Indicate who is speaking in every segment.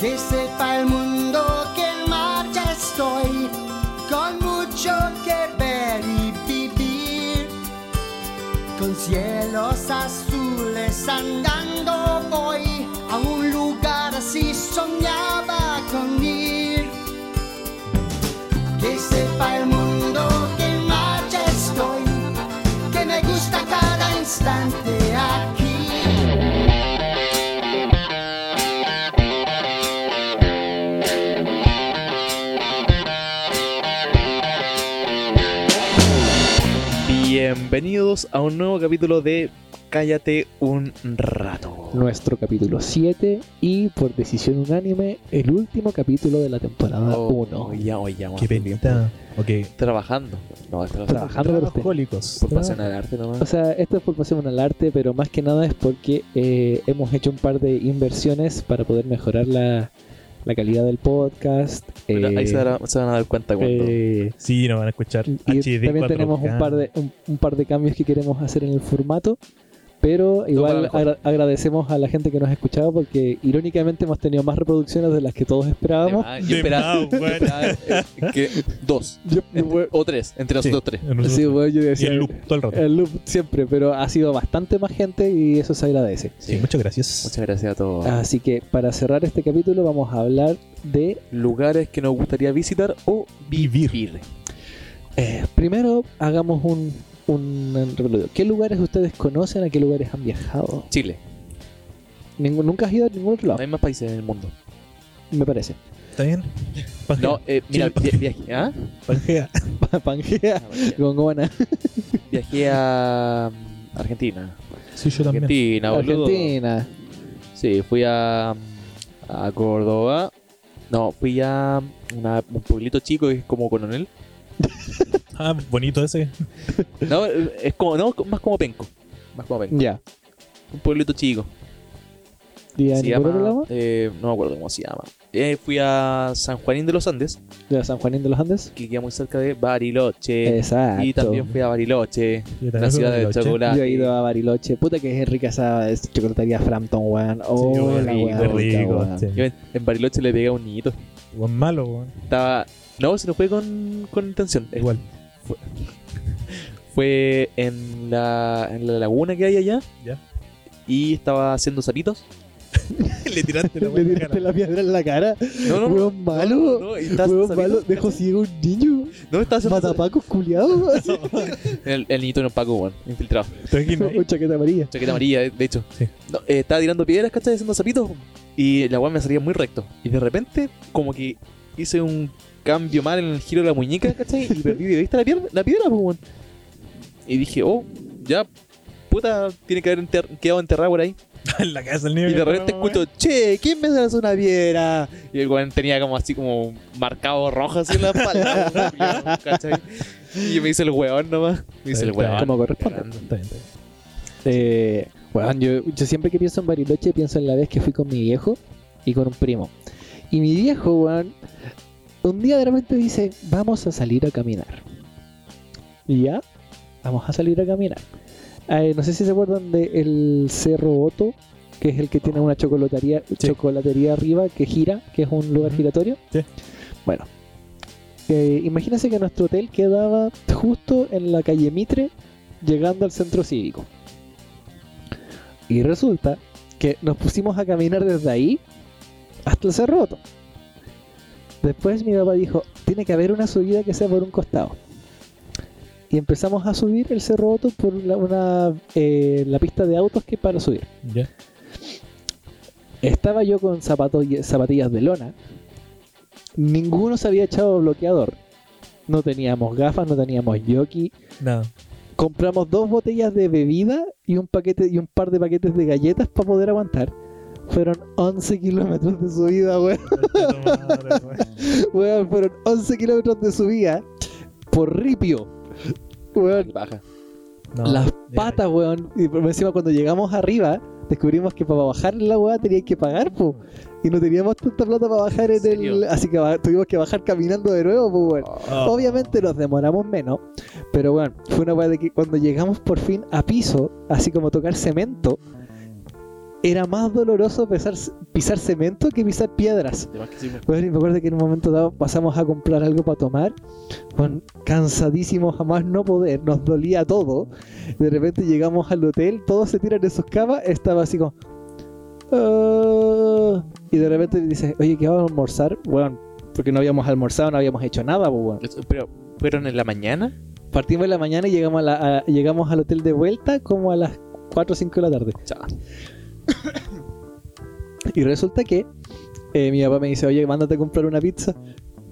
Speaker 1: Que sepa el mundo que en marcha estoy, con mucho que ver y vivir. Con cielos azules andando voy a un lugar así soñaba con ir. Que sepa el mundo que en marcha estoy, que me gusta cada instante aquí.
Speaker 2: Bienvenidos a un nuevo capítulo de Cállate un rato.
Speaker 3: Nuestro capítulo 7 y por decisión unánime, el último capítulo de la temporada
Speaker 2: Oh,
Speaker 3: 1.
Speaker 2: Oye, oye, vamos
Speaker 4: Qué
Speaker 2: a tiempo.
Speaker 4: penita. Ok.
Speaker 2: Trabajando. No, es trabajando.
Speaker 3: Trabajando por usted.
Speaker 4: Trabajólicos.
Speaker 2: Por pasión al arte nomás.
Speaker 3: O
Speaker 4: Pues,
Speaker 3: sea, esto es por pasión al arte, pero más que nada es porque eh, hemos hecho un par de inversiones para poder mejorar la, la calidad del podcast.
Speaker 2: Pero
Speaker 3: eh,
Speaker 2: ahí se, dará- se van a dar cuenta cuando.
Speaker 3: eh,
Speaker 4: Sí, nos van a escuchar.
Speaker 3: y
Speaker 4: HD
Speaker 3: también
Speaker 4: 4K.
Speaker 3: tenemos un par, de, un, un par de cambios que queremos hacer en el formato. Pero
Speaker 2: para
Speaker 3: igual
Speaker 2: mejor.
Speaker 3: agra- agradecemos a la gente que nos ha escuchado porque irónicamente hemos tenido más reproducciones de las que todos esperábamos.
Speaker 2: Ah,
Speaker 4: De
Speaker 2: yo esperaba.
Speaker 4: más, weón.
Speaker 2: esperaba, eh, que- dos.
Speaker 3: Yo-
Speaker 2: Entre- o tres. Entre
Speaker 4: Sí,
Speaker 2: nosotros tres.
Speaker 4: nosotros-
Speaker 3: Sí, bueno, yo
Speaker 4: y
Speaker 3: decía,
Speaker 4: el loop todo el rato.
Speaker 3: El loop siempre, pero ha sido bastante más gente y eso se agradece.
Speaker 4: Sí, muchas gracias.
Speaker 2: Muchas gracias a todos.
Speaker 4: Ah.
Speaker 3: Así que para cerrar este capítulo vamos a hablar de,
Speaker 2: Lugares que nos gustaría visitar o
Speaker 4: Vivir.
Speaker 2: vivir.
Speaker 3: eh, primero hagamos un, un recorrido. ¿Qué lugares ustedes conocen? ¿A qué lugares han viajado?
Speaker 2: Chile.
Speaker 3: Ningún- nunca has ido a ningún otro
Speaker 2: No
Speaker 3: lado,
Speaker 2: hay más países en el mundo.
Speaker 3: me parece.
Speaker 4: ¿Está bien? Pangea.
Speaker 2: No, eh, mira,
Speaker 4: Chile.
Speaker 2: vi- viajé. ¿ah?
Speaker 4: Pangea.
Speaker 3: Pangea, Gongona,
Speaker 2: Viajé a mm, Argentina.
Speaker 4: Sí, yo también.
Speaker 2: Argentina, boludo.
Speaker 3: Argentina.
Speaker 2: Sí, fui a, a Córdoba. No, fui a una- un pueblito chico que es como Coronel.
Speaker 4: Ah, bonito ese.
Speaker 2: No, es como, no, más como Penco. Más como Penco.
Speaker 3: Ya.
Speaker 2: Un pueblito chico.
Speaker 3: ¿Y a
Speaker 2: Se
Speaker 3: ningún otro
Speaker 2: llama,
Speaker 3: lado?
Speaker 2: eh, no me acuerdo cómo se llama. Eh, fui a San Juanín de los Andes,
Speaker 3: ¿De San Juanín de los Andes?
Speaker 2: que queda muy cerca de Bariloche.
Speaker 3: Exacto.
Speaker 2: Eh, Y también fui a Bariloche,
Speaker 4: Yo también
Speaker 2: la
Speaker 4: fui a
Speaker 2: ciudad del
Speaker 4: Bariloche.
Speaker 2: chocolate.
Speaker 3: Yo he ido a Bariloche. Puta que es rica esa esa chocolatería Frampton, weón. Oh,
Speaker 4: Sí,
Speaker 3: la
Speaker 2: rico,
Speaker 3: weá
Speaker 4: Qué
Speaker 3: rica,
Speaker 4: rico.
Speaker 3: weón.
Speaker 4: sí.
Speaker 2: Yo en, en Bariloche le pegué a un niñito.
Speaker 4: Buen malo, weón.
Speaker 2: Estaba. No, se lo fue con, con intención. Eh,
Speaker 4: Igual.
Speaker 2: fue en la, en la laguna que hay allá.
Speaker 4: Ya.
Speaker 2: Y estaba haciendo zapitos.
Speaker 4: Le tiraste la
Speaker 3: Le
Speaker 4: buena
Speaker 3: tiraste
Speaker 4: cara.
Speaker 3: la piedra en la cara.
Speaker 2: No, no, no.
Speaker 3: Weón malo.
Speaker 2: No, no, y estaba
Speaker 3: Weón
Speaker 2: haciendo
Speaker 3: malo.
Speaker 2: zapitos,
Speaker 3: Dejó
Speaker 2: ¿cachai?
Speaker 3: ciego un niño.
Speaker 2: No, estaba haciendo
Speaker 3: Matapacos culiados. así.
Speaker 2: El, el niñito era un paco, weón, infiltrado.
Speaker 4: Estoy aquí, ¿no?
Speaker 3: Con chaqueta amarilla.
Speaker 2: Chaqueta amarilla, de- de hecho.
Speaker 4: Sí.
Speaker 2: No, eh, estaba tirando piedras, ¿cachai? Haciendo zapitos. Y la weá me salía muy recto. Y de repente, como que hice un cambio mal en el giro de la muñeca, ¿cachai? Y perdí de vista la, pier- la piedra, pues, weón. Y dije, oh, ya, puta, tiene que haber enter- quedado enterrado por ahí.
Speaker 4: En la casa del niño.
Speaker 2: Y de repente escucho, che, ¿quién me hace una piedra? Y el weón tenía como así como marcado rojo así en la espalda. weón, ¿cachai? Y me hice el weón nomás. Me hice el weón.
Speaker 3: Como corresponde.
Speaker 2: Cagando.
Speaker 4: Está bien, está bien.
Speaker 3: Eh, weón, yo, yo siempre que pienso en Bariloche pienso en la vez que fui con mi viejo y con un primo. Y mi viejo, weón, un día de repente dice, vamos a salir a caminar. Y ya, vamos a salir a caminar. Eh, no sé si se acuerdan del Cerro Otto, que es el que tiene una chocolatería, chocolatería arriba que gira, que es un lugar
Speaker 4: Ujú.
Speaker 3: giratorio.
Speaker 4: Sí.
Speaker 3: Bueno. eh, imagínense que nuestro hotel quedaba justo en la calle Mitre, llegando al centro cívico. Y resulta que nos pusimos a caminar desde ahí hasta el cerro. Otto. Después mi papá dijo, tiene que haber una subida que sea por un costado. Y empezamos a subir el cerro Otto por la, una, eh, la pista de autos que para subir.
Speaker 4: Ya.
Speaker 3: Estaba yo con zapato- zapatillas de lona. Ninguno se había echado bloqueador. No teníamos gafas, no teníamos jockey.
Speaker 4: Nada.
Speaker 3: Compramos dos botellas de bebida y un paquete y un par de paquetes de galletas para poder aguantar. Fueron 11 kilómetros de subida, weón. Weón, Fueron 11 kilómetros de subida por ripio. Weón,
Speaker 2: Baja.
Speaker 4: No,
Speaker 3: las
Speaker 4: mira,
Speaker 3: patas, weón. Y por encima, cuando llegamos arriba, descubrimos que para bajar la weá tenía que pagar, po. Y no teníamos tanta plata para bajar en
Speaker 2: ¿En serio?
Speaker 3: el. Así que ba- tuvimos que bajar caminando de nuevo, po, weón.
Speaker 4: Oh.
Speaker 3: Obviamente nos demoramos menos, pero bueno, fue una weá de que cuando llegamos por fin a piso, así como tocar cemento, era más doloroso pisar, pisar cemento que pisar piedras.
Speaker 2: Además que sí, me-
Speaker 3: Bueno, y me acuerdo que en un momento dado pasamos a comprar algo para tomar. Bueno, cansadísimos, jamás no poder, nos dolía todo. De repente llegamos al hotel, todos se tiran de sus camas, estaba así como. "Ah". y de repente dices, oye, ¿qué vamos a almorzar? Bueno, porque no habíamos almorzado, no habíamos hecho nada, pues, bueno.
Speaker 2: Es- Pero fueron en la mañana.
Speaker 3: Partimos en la mañana y llegamos, a la- a- llegamos al hotel de vuelta como a las 4 o 5 de la tarde.
Speaker 2: Chao.
Speaker 3: Y resulta que eh, mi papá me dice, oye, mándate a comprar una pizza.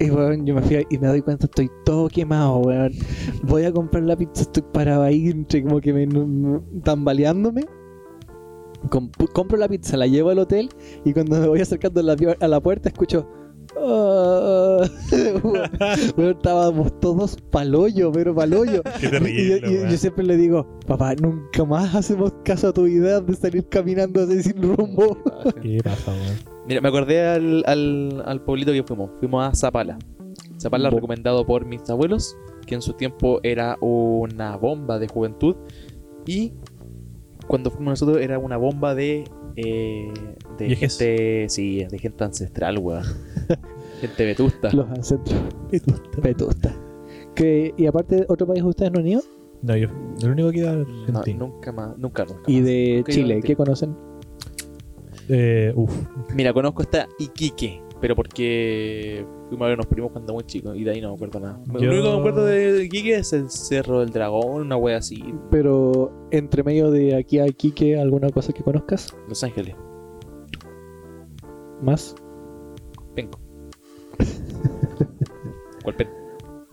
Speaker 3: Y weón, yo me fui a- y me doy cuenta, estoy todo quemado, weón. Voy a comprar la pizza, estoy parado ahí, entre como que me, no- tambaleándome. Com- compro la pizza, la llevo al hotel y cuando me voy acercando a la, pio- a la puerta escucho... "Ah". Weón, estábamos todos palollo, pero palollo.
Speaker 4: Qué
Speaker 3: Y yo,
Speaker 4: terrible,
Speaker 3: yo- yo
Speaker 4: weón.
Speaker 3: siempre le digo, papá, nunca más hacemos caso a tu idea de salir caminando así sin rumbo.
Speaker 4: ¿Qué pasa, weón?
Speaker 2: Mira, me acordé al, al, al pueblito que fuimos. Fuimos a Zapala. Zapala,
Speaker 3: Bo-
Speaker 2: recomendado por mis abuelos, que en su tiempo era una bomba de juventud. Y cuando fuimos nosotros era una bomba de. eh, de
Speaker 4: Viejes.
Speaker 2: gente. Sí, de gente ancestral, weón. gente vetusta.
Speaker 3: Los ancestros. Vetusta. Que, y aparte, ¿otro país ustedes no han ido?
Speaker 4: No, yo. El único que iba a
Speaker 2: No,
Speaker 4: Argentina.
Speaker 2: nunca más, nunca, nunca.
Speaker 3: Y
Speaker 2: más. Nunca
Speaker 3: de
Speaker 2: he ido a
Speaker 3: Chile,
Speaker 2: Argentina.
Speaker 3: ¿qué conocen?
Speaker 4: Eh, uf.
Speaker 2: Mira, conozco esta Iquique, pero porque fuimos a ver unos primos cuando muy chico y de ahí no me acuerdo nada. Lo
Speaker 4: Yo-
Speaker 2: único que me acuerdo de Iquique es el Cerro del Dragón, una wea así,
Speaker 3: Pero entre medio de aquí a Iquique, ¿alguna cosa que conozcas?
Speaker 2: Los Ángeles.
Speaker 3: ¿Más?
Speaker 2: ¿Cuál pe-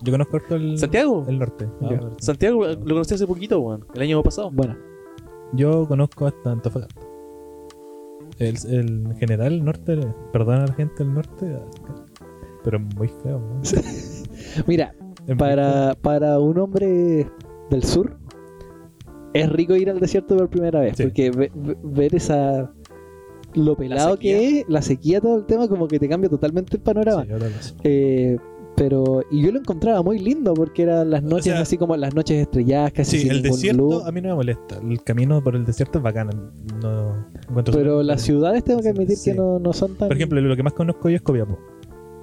Speaker 4: Yo conozco harto el,
Speaker 2: ¿Santiago?
Speaker 4: el norte. Ah,
Speaker 3: Ya.
Speaker 4: perfecto.
Speaker 2: Santiago eh, lo conocí hace poquito, weón, el año pasado.
Speaker 4: Mm.
Speaker 3: Bueno,
Speaker 4: Yo conozco hasta Antofagasta. El, el general el norte, perdona a la gente del norte, ah, pero es muy feo. ¿no?
Speaker 3: mira,
Speaker 4: Es muy feo.
Speaker 3: para, para un hombre del sur, es rico ir al desierto por primera vez,
Speaker 4: Sí.
Speaker 3: porque ve- ve- ver esa. Lo pelado que es, la sequía, todo el tema, como que te cambia totalmente el panorama.
Speaker 4: Sí, otra cosa.
Speaker 3: Eh, pero y yo lo encontraba muy lindo porque eran las noches
Speaker 4: sea,
Speaker 3: así como las noches estrelladas casi
Speaker 4: Sí,
Speaker 3: sin
Speaker 4: el
Speaker 3: ningún
Speaker 4: desierto
Speaker 3: luz.
Speaker 4: a mí no me molesta. El camino por el desierto es bacán. No encuentro
Speaker 3: pero las ciudades tengo que admitir
Speaker 4: Sí.
Speaker 3: que no, no son tan
Speaker 4: Por ejemplo, lo que más conozco yo es Copiapó.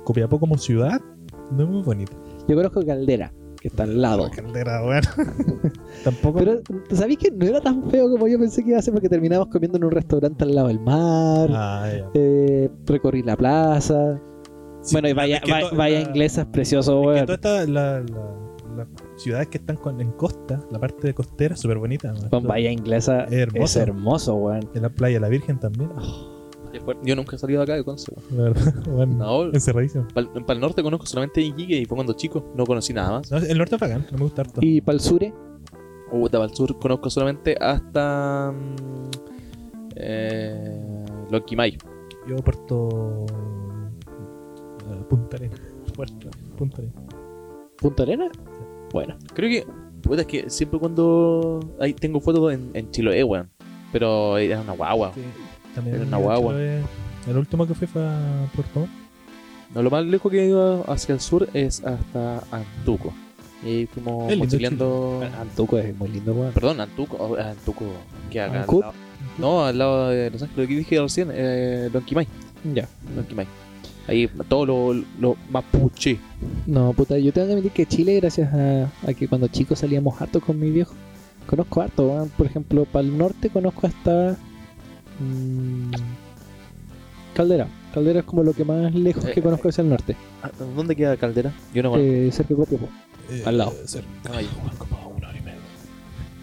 Speaker 4: Copiapó como ciudad no es muy bonita.
Speaker 3: yo conozco Caldera que está al lado
Speaker 4: Caldera, bueno. Tampoco.
Speaker 3: pero sabéis que no era tan feo como yo pensé que iba a ser porque terminamos comiendo en un restaurante al lado del mar
Speaker 4: Ah, ya.
Speaker 3: eh, recorrí la plaza
Speaker 4: Sí,
Speaker 3: bueno y
Speaker 4: la-
Speaker 3: vaya,
Speaker 4: es que
Speaker 3: va-
Speaker 4: to-
Speaker 3: vaya
Speaker 4: la-
Speaker 3: inglesa es precioso
Speaker 4: Es
Speaker 3: weón.
Speaker 4: que todas estas- la- la- las ciudades que están con- en costa, la parte de costera es súper bonita. ¿no?
Speaker 3: Bueno, vaya inglesa
Speaker 4: Es hermoso.
Speaker 3: es hermoso weón.
Speaker 4: En la playa de la Virgen también.
Speaker 2: Qué fuerte. Yo nunca he salido de acá de Conce. weón.
Speaker 4: La verdad, bueno,
Speaker 2: No.
Speaker 4: encerradísimo.
Speaker 2: Pal- Para el norte conozco solamente Iquique y fue cuando chico, no conocí nada más.
Speaker 4: No, el norte es bacán, no me gusta harto.
Speaker 3: y Palsure
Speaker 2: Puta, para el sur conozco solamente hasta. mm, eh, Lonquimay.
Speaker 4: Yo Puerto... eh, Punta Arenas. Puerto Punta Arenas.
Speaker 3: Punta Arena bueno
Speaker 2: Creo que. Puta, es que siempre cuando. Ahí tengo fotos en, en Chiloé, weón. Pero eh, era una
Speaker 3: Ah.
Speaker 2: guagua.
Speaker 4: También
Speaker 2: Era
Speaker 4: he
Speaker 2: una
Speaker 4: ido a
Speaker 2: guagua.
Speaker 4: Chiloé. El último que fui fue a Puerto Montt.
Speaker 2: No, lo más lejos que he ido hacia el sur es hasta Antuco. Y ahí fuimos
Speaker 4: Es lindo
Speaker 2: mochileando.
Speaker 3: Antuco es muy lindo weón.
Speaker 2: Perdón, Antuco. oh, Antuco. ¿Qué acá? al
Speaker 3: Ancud.
Speaker 2: lado- No, al lado de Los Ángeles, lo que dije recién, eh, Lonquimay.
Speaker 3: ya
Speaker 2: Lonquimay. Ahí todo lo, lo mapuche.
Speaker 3: No, puta, yo tengo que admitir que Chile, gracias a, a que cuando chicos salíamos harto con mi viejo, conozco harto. weón. Por ejemplo, para el norte conozco hasta. mm, Caldera. Caldera es como lo que más lejos que
Speaker 2: Eh,
Speaker 3: conozco es el norte,
Speaker 2: Ah, ¿Dónde queda Caldera? Yo no conozco.
Speaker 3: eh, cerca de Copiapó.
Speaker 4: Eh,
Speaker 3: Al lado.
Speaker 4: cerca.
Speaker 2: Ay.
Speaker 4: Como una hora y media.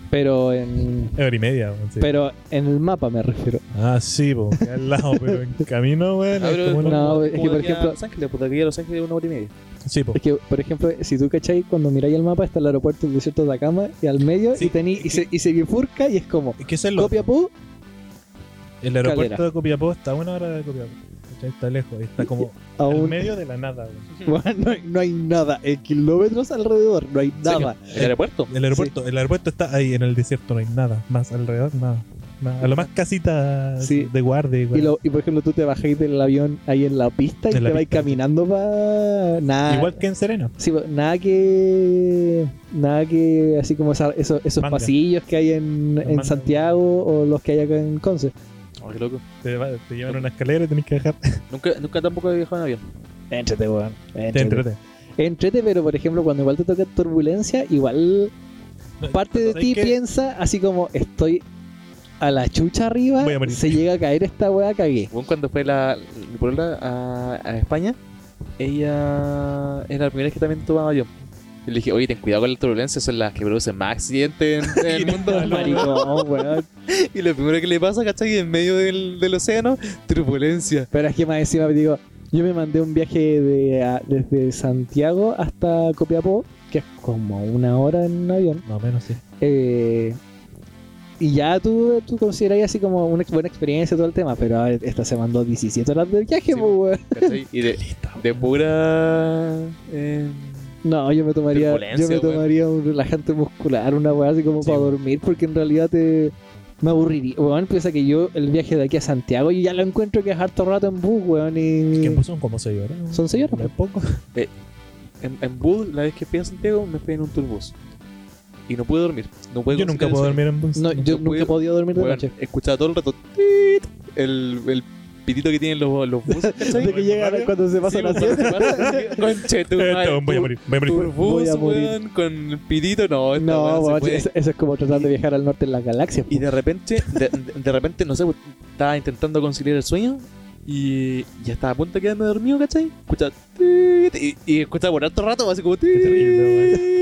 Speaker 3: Pero en,
Speaker 4: Una hora y media, weón, sí.
Speaker 3: pero en el mapa me refiero.
Speaker 4: Ah, sí, po, que al lado, pero en camino, weón.
Speaker 2: Ah,
Speaker 4: es
Speaker 2: pero
Speaker 4: como una-
Speaker 3: no,
Speaker 2: ¿cómo-
Speaker 3: es que,
Speaker 2: cómo
Speaker 3: por
Speaker 2: de aquí a
Speaker 3: ejemplo-
Speaker 2: Los Ángeles, puta, que aquí a Los Ángeles es una hora y media.
Speaker 4: Sí, po.
Speaker 3: Es que, por ejemplo, si tú cacháis, cuando miráis el mapa está el aeropuerto del desierto de Atacama y al medio
Speaker 4: Sí,
Speaker 3: y, tení, y,
Speaker 4: es
Speaker 3: se, y se bifurca y es como
Speaker 4: Es que ese es lo-
Speaker 3: Copiapó
Speaker 4: El aeropuerto
Speaker 3: Caldera.
Speaker 4: de Copiapó está a una hora de Copiapó. ¿cachai? Está lejos, está como
Speaker 3: a
Speaker 4: en
Speaker 3: un.
Speaker 4: medio de la nada, weón.
Speaker 3: Bueno, no, hay, no hay nada, en kilómetros alrededor, no hay nada.
Speaker 2: ¿El aeropuerto?
Speaker 4: El aeropuerto, el aeropuerto está ahí en el desierto, no hay nada más alrededor, nada. nada. A lo más casita
Speaker 3: Sí.
Speaker 4: de guardia.
Speaker 3: Y,
Speaker 4: igual.
Speaker 3: lo- y por ejemplo, tú te bajáis del avión ahí en la pista y
Speaker 4: En la
Speaker 3: te vais
Speaker 4: pista.
Speaker 3: caminando para. Nada.
Speaker 4: Igual que en Serena.
Speaker 3: Sí, pues, nada que. Nada que. Así como esa- esos- esos
Speaker 4: Manga.
Speaker 3: pasillos que hay en, en
Speaker 4: manga.
Speaker 3: Santiago o los que hay acá en Conce.
Speaker 2: Ah, Oh, qué loco.
Speaker 4: Te, va- te llevan a una escalera y tenés que dejar.
Speaker 2: Nunca, nunca tampoco he viajado en avión.
Speaker 3: Entrete, weón.
Speaker 4: Te
Speaker 3: Entrete.
Speaker 4: entrete.
Speaker 3: Entrete, pero por ejemplo, cuando igual te toca turbulencia, igual parte de
Speaker 4: ¿Sabes
Speaker 3: ti
Speaker 4: qué?
Speaker 3: piensa así como estoy a la chucha arriba,
Speaker 4: Voy a morir.
Speaker 3: se llega a caer esta weá, cagué.
Speaker 2: Bueno, cuando fue la, mi polola a, a España, ella era la primera vez que también tomaba avión. Y le dije, oye, ten cuidado con la turbulencia, son las que producen más accidentes en, en el mundo.
Speaker 3: Maricón, weón.
Speaker 2: y lo primero que le pasa, ¿cachai? En medio del, del océano, turbulencia.
Speaker 3: Pero es que más encima digo, yo me mandé un viaje de, a- desde Santiago hasta Copiapó, que es como una hora en avión.
Speaker 4: Más o menos, sí.
Speaker 3: eh, y ya tú, tú consideras así como una ex- buena experiencia todo el tema, pero ahora esta se mandó 17 horas de viaje,
Speaker 2: Sí,
Speaker 3: pues,
Speaker 2: po.
Speaker 3: weón.
Speaker 2: ¿Cachai? Y de, de pura... eh,
Speaker 3: No, yo me tomaría, yo
Speaker 2: Turbulencia,
Speaker 3: me
Speaker 2: weón.
Speaker 3: tomaría un relajante muscular, una weá así como
Speaker 4: Sí,
Speaker 3: para
Speaker 4: weón.
Speaker 3: dormir, porque en realidad te me aburriría. Weón, piensa que yo el viaje de aquí a Santiago, yo ya lo encuentro que es harto rato en bus, weón, y...
Speaker 4: Que son como 6 horas.
Speaker 3: Mm. Son seis horas,
Speaker 4: No es poco.
Speaker 2: en, em, en Bud, la vez que fui a Santiago, me fui en un turbus. Y no pude dormir. No pude
Speaker 4: Yo nunca puedo dormir en bus.
Speaker 3: No,
Speaker 4: Nunca.
Speaker 3: yo
Speaker 2: pude-
Speaker 3: nunca he podido dormir de noche.
Speaker 2: escuchaba todo el rato "tit", el, el pitito que tienen los, los buses, ¿cachai?
Speaker 3: De que llega
Speaker 4: Mario?
Speaker 3: cuando se pasan
Speaker 2: pues,
Speaker 3: las siesta.
Speaker 2: Conche tu
Speaker 4: Eh,
Speaker 2: madre,
Speaker 4: no, voy a
Speaker 2: tu-
Speaker 4: morir. Voy a morir.
Speaker 2: tu bus,
Speaker 3: Voy a morir.
Speaker 2: weón, con el pitito, no, esta
Speaker 3: No,
Speaker 2: weá se
Speaker 3: weón,
Speaker 2: puede.
Speaker 3: eso, eso es como tratar de viajar al norte en la galaxia. pues.
Speaker 2: Y de repente, de, de- de repente, no sé, pues, estaba intentando conciliar el sueño y ya estaba a punto de quedarme dormido, ¿cachai? Escuchaba "tit", y, y escuchaba por harto rato, así como "tit".
Speaker 4: terrible,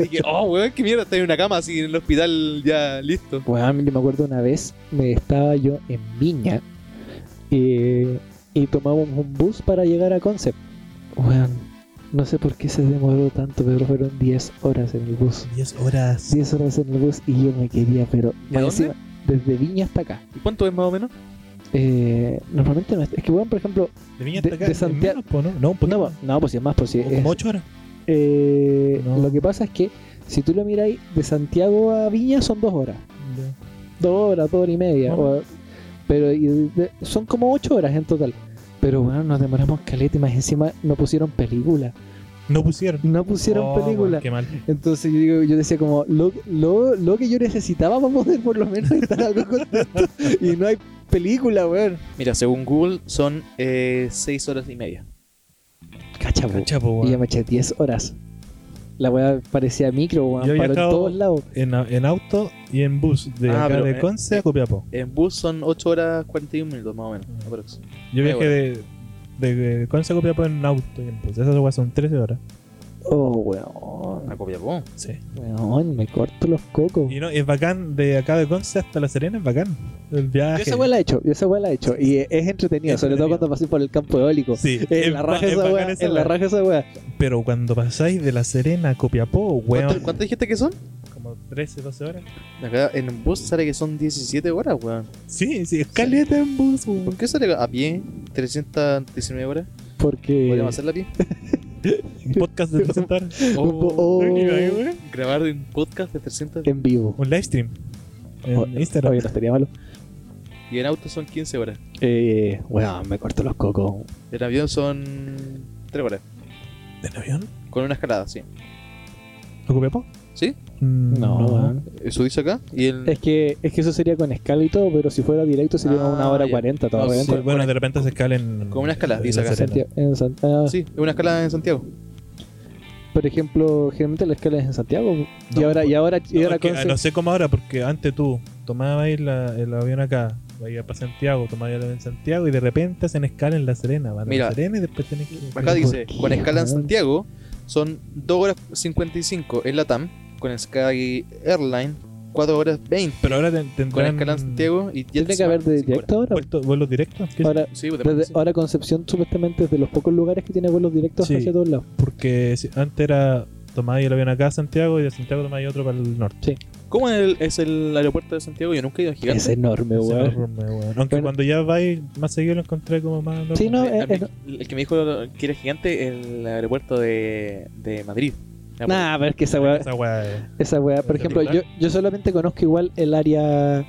Speaker 2: Y dije, oh, weón, qué mierda, estoy en una cama así en el hospital ya listo.
Speaker 3: Weón, yo me acuerdo una vez, me estaba yo en Viña eh, y tomamos un bus para llegar a Concept. Weón, no sé por qué se demoró tanto, pero fueron 10 horas en el bus.
Speaker 4: 10 horas.
Speaker 3: 10 horas en el bus y yo me quería, pero
Speaker 2: ¿De
Speaker 3: más
Speaker 2: dónde?
Speaker 3: desde Viña hasta acá.
Speaker 2: ¿Y cuánto es más o menos?
Speaker 3: Eh, normalmente no es, es que, weón, por ejemplo,
Speaker 4: De Viña
Speaker 3: De-
Speaker 4: hasta acá.
Speaker 3: de
Speaker 4: es
Speaker 3: Santiago-
Speaker 4: menos, po, ¿no? No, un poquito.
Speaker 3: no, po- no, pues si es más, pues si
Speaker 4: O
Speaker 3: es-
Speaker 4: como 8 horas.
Speaker 3: Eh,
Speaker 4: No.
Speaker 3: Lo que pasa es que si tú lo miráis de Santiago a Viña son dos horas,
Speaker 4: Ya.
Speaker 3: dos horas, dos horas y media,
Speaker 4: Ah.
Speaker 3: o- pero y de- de- son como ocho horas en total. Pero bueno, nos demoramos caleta y más encima no pusieron película,
Speaker 4: No pusieron.
Speaker 3: no pusieron
Speaker 4: Oh,
Speaker 3: película.
Speaker 4: weón, Qué mal.
Speaker 3: Entonces yo, digo- yo decía como lo, lo, lo que yo necesitaba para poder por lo menos estar algo contento y no hay película, weón.
Speaker 2: Mira, según Google son 6 horas y media.
Speaker 3: Cacha, po.
Speaker 4: Cacha, po,
Speaker 3: Y ya
Speaker 4: weón.
Speaker 3: me eché 10 horas. La weá parecía micro, weón,
Speaker 4: Yo he
Speaker 3: paró en
Speaker 4: viajado-
Speaker 3: todos lados.
Speaker 4: En, a- en auto y en bus. De
Speaker 2: Ah,
Speaker 4: acá
Speaker 2: pero,
Speaker 4: de
Speaker 2: eh,
Speaker 4: Conce a Copiapó.
Speaker 2: En bus son 8 horas 41 minutos más o menos. aprox.
Speaker 4: Yo
Speaker 2: eh,
Speaker 4: viajé de, de, de Conce a Copiapó en auto y en bus. Esas weas son 13 horas.
Speaker 3: Oh, weón.
Speaker 2: A Copiapó.
Speaker 4: Sí.
Speaker 3: Weón, me corto los cocos.
Speaker 4: Y no, es bacán. De acá de Conce hasta La Serena es bacán. El
Speaker 3: Yo
Speaker 4: viaje.
Speaker 3: esa weá la he hecho, yo esa weá la he hecho. Y es es entretenido,
Speaker 4: Es
Speaker 3: sobre todo
Speaker 4: entretenido.
Speaker 3: cuando pasé por el campo eólico.
Speaker 4: Sí,
Speaker 3: En la
Speaker 4: ba-
Speaker 3: raja
Speaker 4: es
Speaker 3: esa
Speaker 4: bacán
Speaker 3: weá,
Speaker 4: esa
Speaker 3: en la
Speaker 4: weá.
Speaker 3: raja esa weá.
Speaker 4: Pero cuando pasáis de La Serena a Copiapó,
Speaker 2: ¿Cuánto,
Speaker 4: weón.
Speaker 2: cuánto dijiste que son?
Speaker 4: Como 13, 12 horas.
Speaker 2: Acá en bus sale que son 17 horas, weón.
Speaker 4: Sí, sí, es caleta en bus, weón.
Speaker 2: ¿Por qué sale a pie 319 horas?
Speaker 3: Porque.
Speaker 2: ¿Podríamos hacerla a pie?
Speaker 4: Un podcast de 300 horas.
Speaker 3: Un po- oh,
Speaker 2: Grabar un podcast de 300
Speaker 3: en vivo.
Speaker 4: Un live stream. En
Speaker 3: Oh,
Speaker 4: Instagram.
Speaker 3: Oye, no estaría malo.
Speaker 2: y en auto son 15 horas.
Speaker 3: Eh, weón, me corto los cocos.
Speaker 2: En avión son 3 horas.
Speaker 4: ¿En avión?
Speaker 2: Con una escalada, sí.
Speaker 4: ¿A Copiapó?
Speaker 2: ¿Sí?
Speaker 4: Mm,
Speaker 3: No, weón.
Speaker 2: Eso dice acá. Y el...
Speaker 3: Es que, es que eso sería con escala y todo, pero si fuera directo sería
Speaker 2: Ah,
Speaker 3: una hora
Speaker 2: ya.
Speaker 3: cuarenta
Speaker 2: No,
Speaker 3: todavía.
Speaker 4: Sí,
Speaker 2: con-
Speaker 4: bueno,
Speaker 2: con-
Speaker 4: de repente se escala en.
Speaker 2: con una escala,
Speaker 4: en
Speaker 2: dice
Speaker 4: La
Speaker 2: acá.
Speaker 4: Serena.
Speaker 3: En Sant- ah,
Speaker 2: Sí, es una escalada en Santiago.
Speaker 3: Por ejemplo, generalmente la escala es en Santiago. y
Speaker 4: No,
Speaker 3: ahora, y ahora, y
Speaker 4: No,
Speaker 3: ahora
Speaker 4: es que, eh,
Speaker 3: Conce-
Speaker 4: no sé cómo ahora, porque antes tú tomabas la, el avión acá, vayas para Santiago, tomabas el avión en Santiago y de repente hacen escala en La Serena. Van a
Speaker 2: Mira.
Speaker 4: La Serena y después tenés que.
Speaker 2: Acá
Speaker 3: ¿Pero
Speaker 2: dice,
Speaker 3: por qué,
Speaker 2: con escala en
Speaker 3: weón?
Speaker 2: Santiago son 2 horas 55 en la TAM, con Sky Airline 4 horas 20
Speaker 4: Pero ahora ten-
Speaker 2: con
Speaker 4: tendrán.
Speaker 2: escala en Santiago y ya
Speaker 3: tiene que haber de directo ahora.
Speaker 4: vuelto- ¿Vuelos directos? ¿Qué-
Speaker 3: Ahora,
Speaker 2: Sí, pues,
Speaker 3: Desde
Speaker 2: sí.
Speaker 3: ahora Concepción supuestamente es de los pocos lugares que tiene vuelos directos
Speaker 4: Sí.
Speaker 3: hacia todos lados.
Speaker 4: Porque si- antes era. Tomabas el avión acá a Santiago y de Santiago tomabas otro para el norte.
Speaker 2: ¿Cómo es el, es el aeropuerto de Santiago? Yo nunca he ido a gigante.
Speaker 3: Es enorme,
Speaker 4: Ese
Speaker 3: weón.
Speaker 4: error me- weón. Aunque
Speaker 3: Bueno.
Speaker 4: cuando ya vais más seguido lo encontré como más. normal.
Speaker 3: Sí, no,
Speaker 2: A mí-
Speaker 3: es, es-
Speaker 2: Ah, El que me dijo que era gigante el aeropuerto de, de Madrid. pues,
Speaker 3: Nah, pero es que esa weá,
Speaker 4: Esa weá, eh.
Speaker 3: esa weá, por
Speaker 4: es
Speaker 3: ejemplo, yo,
Speaker 4: regular.
Speaker 3: yo solamente conozco igual el área,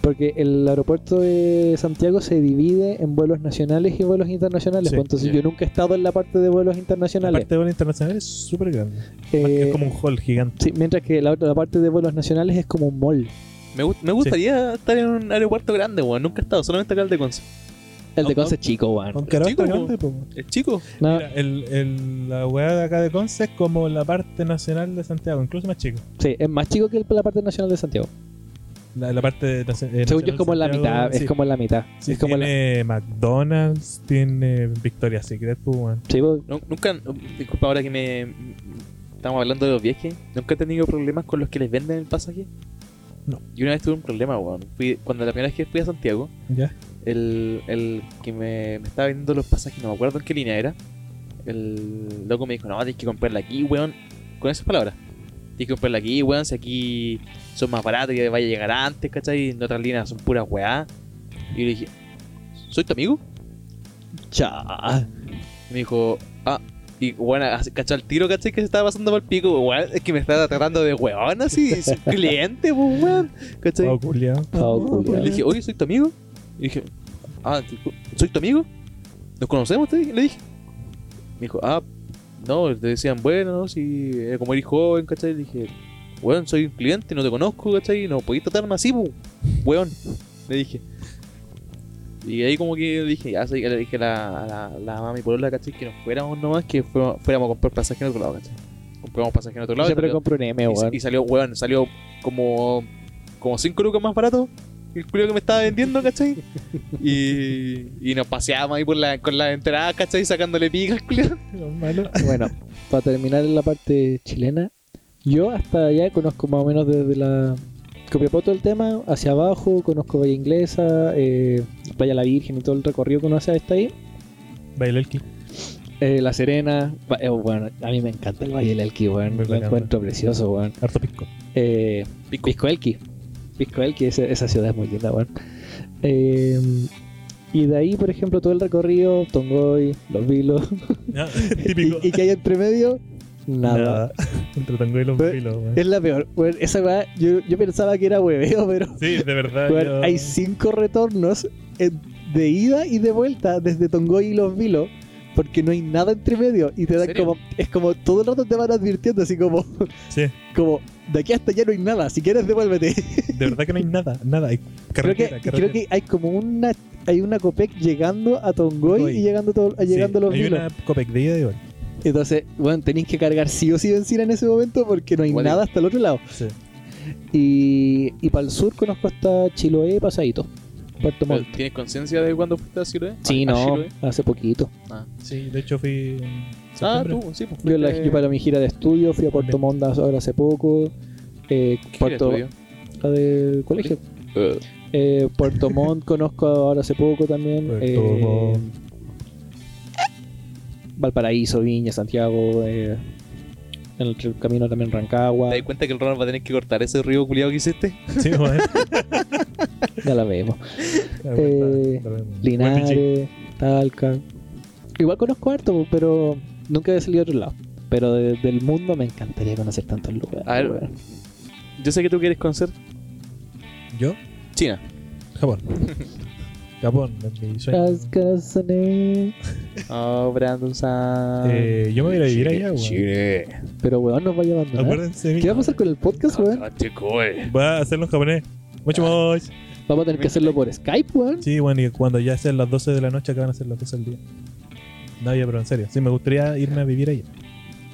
Speaker 3: porque el aeropuerto de Santiago se divide en vuelos nacionales y vuelos internacionales,
Speaker 4: Sí,
Speaker 3: pues, entonces
Speaker 2: sí.
Speaker 3: yo nunca he estado en la parte de vuelos
Speaker 4: La
Speaker 3: internacionales.
Speaker 4: parte de vuelo internacional es súper grande.
Speaker 3: Eh,
Speaker 4: es como un hall gigante.
Speaker 3: sí, mientras que la, otra- la parte de vuelos nacionales es como un mall.
Speaker 2: Me, gust- me gustaría estar en un aeropuerto grande, weón. Nunca he estado, solamente acá el de Conce.
Speaker 3: El de
Speaker 4: Aunque-
Speaker 3: Conce es chico, weón.
Speaker 4: Aunque ahora
Speaker 2: Chico,
Speaker 4: está
Speaker 2: po.
Speaker 4: grande, po.
Speaker 2: ¿Es chico?
Speaker 3: No,
Speaker 4: Mira, el, el- la weá de acá de Conce es como la parte nacional de Santiago, incluso más chico.
Speaker 3: sí, es más chico que el- la parte nacional de Santiago.
Speaker 4: La, la parte de, nace- eh,
Speaker 3: Según yo es
Speaker 4: nacional de
Speaker 3: como la
Speaker 4: Santiago,
Speaker 3: mitad,
Speaker 4: sí.
Speaker 3: es como la mitad.
Speaker 4: Sí,
Speaker 3: es como la-
Speaker 4: tiene McDonald's, tiene Victoria's Secret, pues, weón.
Speaker 3: Sí, po,
Speaker 2: Nu- nunca, disculpa ahora que me. Estamos hablando de los viajes. Nunca he tenido problemas con los que les venden el pasaje.
Speaker 4: No.
Speaker 2: Yo una vez tuve un problema, weón. Fui- cuando la primera vez que fui a Santiago,
Speaker 4: ¿Ya?
Speaker 2: el, el que me, me estaba vendiendo los pasajes, no me acuerdo en qué línea era. El loco me dijo, no, tienes que comprarla aquí, weón. Con esas palabras. Tienes que comprarla aquí, weón, si aquí son más baratos y vaya a llegar antes, ¿cachai? En otras líneas son puras weá. Y yo le dije, ¿soy tu amigo?
Speaker 3: cha.
Speaker 2: Me dijo, ah, y bueno, así, cachó el tiro, caché que se estaba pasando por el pico, weón, es que me estaba tratando de weón así, es un cliente, pues, weón, ¿cachai?
Speaker 4: Pau culiao.
Speaker 3: Pau culiao.
Speaker 2: Y le dije, oye, soy tu amigo. Y dije, ah, discul- ¿soy tu amigo? ¿Nos conocemos? Te dije- Le dije. Me dijo, ah, no, te decían, bueno, no, si eh, como eres joven, ¿cachai? Le dije, weón, soy un cliente, no te conozco, ¿cachai? No podéis tratarme así, pu, weón. Le dije. Y ahí como que dije, ya sé, que le dije a la, a la, a la mami polola, ¿cachai? Que nos fuéramos nomás, que fuéramos, fuéramos a comprar pasaje en otro lado, ¿cachai? Compramos pasaje en otro
Speaker 3: Yo
Speaker 2: lado.
Speaker 3: siempre
Speaker 2: salió-
Speaker 3: compro un M,
Speaker 2: y-
Speaker 3: weón.
Speaker 2: Y, salió, weón, salió como como 5 lucas más barato el culo que me estaba vendiendo, ¿cachai? Y, y nos paseamos ahí por la, con las entradas, ¿cachai? Sacándole picas, culo.
Speaker 4: Malo.
Speaker 3: Bueno, para terminar en la parte chilena, yo hasta allá conozco más o menos desde la Copiapoto el tema, hacia abajo, conozco Valle Inglesa, eh, Playa La Virgen y todo el recorrido que uno hace hasta ahí.
Speaker 4: Bailó el ki.
Speaker 3: Eh, la Serena, va- eh, bueno, a mí me encanta el Valle del Elqui, weón,
Speaker 4: Muy
Speaker 3: lo
Speaker 4: bacán,
Speaker 3: encuentro precioso, weón.
Speaker 4: Harto pisco.
Speaker 3: Eh,
Speaker 2: Pico.
Speaker 3: Pisco Elqui, Pisco Elqui, ese- esa ciudad es muy linda, weón. Eh, y de ahí, por ejemplo, todo el recorrido, Tongoy, Los Vilos,
Speaker 4: Ah,
Speaker 3: y,
Speaker 4: Típico.
Speaker 3: y que hay entre medio, nada.
Speaker 4: Nada. Entre tango y los
Speaker 3: Pero-
Speaker 4: filos, weón.
Speaker 3: Es la peor. weón. esa weá, yo, yo pensaba que era hueveo, pero
Speaker 4: Sí, de verdad.
Speaker 3: weón,
Speaker 4: yo-
Speaker 3: hay cinco retornos eh, de ida y de vuelta desde Tongoy y Los Vilos. Porque no hay nada entre medio y te dan
Speaker 2: serio?
Speaker 3: como. Es como todo el rato te van advirtiendo, así como.
Speaker 4: Sí,
Speaker 3: como de aquí hasta allá no hay nada, si quieres devuélvete.
Speaker 4: de verdad que no hay nada, nada. Hay
Speaker 3: Creo que, creo
Speaker 4: carretera, carretera.
Speaker 3: que hay como una. Hay una Copec llegando a Tongoy
Speaker 4: Tongoy.
Speaker 3: y llegando, a todo-
Speaker 4: Sí,
Speaker 3: llegando a Los
Speaker 4: Hay
Speaker 3: Vilos.
Speaker 4: una copec de ida y vuelta.
Speaker 3: Entonces, bueno, tenéis que cargar sí o sí benzina en ese momento porque no hay
Speaker 2: Bueno.
Speaker 3: nada hasta el otro lado.
Speaker 4: Sí.
Speaker 3: Y, y para el sur conozco hasta Chiloé pasadito. Puerto
Speaker 2: Pero,
Speaker 3: Montt.
Speaker 2: ¿Tienes conciencia de cuándo fuiste a Chile? A-
Speaker 3: Sí,
Speaker 2: a
Speaker 3: no,
Speaker 2: Chiloé?
Speaker 3: hace poquito.
Speaker 4: Sí, de hecho fui. en
Speaker 2: Ah,
Speaker 4: septiembre.
Speaker 2: tú, sí, pues.
Speaker 3: Yo, la-
Speaker 4: Eh,
Speaker 2: fuiste-
Speaker 3: yo para mi gira de estudio fui a Puerto
Speaker 4: Bien.
Speaker 3: Montt ahora hace poco. Eh,
Speaker 2: ¿Qué
Speaker 3: Puerto,
Speaker 2: estudio?
Speaker 3: la del colegio.
Speaker 2: Eh,
Speaker 3: Eh, Puerto Montt conozco ahora hace poco también.
Speaker 4: Puerto
Speaker 3: eh,
Speaker 4: Montt.
Speaker 3: Valparaíso, Viña, Santiago. eh, en el tr- camino también Rancagua.
Speaker 2: ¿Te das cuenta que el Ronald va a tener que cortar ese río culiado que hiciste?
Speaker 4: Sí, weón.
Speaker 3: Ya la vemos.
Speaker 4: La vuelta,
Speaker 3: Eh,
Speaker 4: la vemos. Buen
Speaker 3: Linares, Talca. Igual conozco harto, pero nunca he salido a otro lado. Pero de- del mundo me encantaría conocer tantos lugares.
Speaker 2: A ver,
Speaker 3: weón.
Speaker 2: Yo sé que tú quieres conocer
Speaker 4: pichín. Yo,
Speaker 2: China.
Speaker 4: Japón. Japón, es mi sueño.
Speaker 3: Las cascanes.
Speaker 2: Oh, Brandon San.
Speaker 4: Eh, yo me voy a ir a vivir allá, weón.
Speaker 2: Chile.
Speaker 3: Pero weón, nos va a abandonar.
Speaker 4: Acuérdense, de mí.
Speaker 3: ¿Qué va a pasar con el podcast, weón?
Speaker 2: Ah, eh.
Speaker 4: Voy a hacerlo en japonés. Mucho más.
Speaker 3: Vamos a tener que hacerlo por Skype, weón.
Speaker 4: Ah. Sí, bueno, y cuando ya sean las 12 de la noche, acá van a ser las 12 del día. No, ya, pero en serio. Sí, me gustaría irme a vivir allá.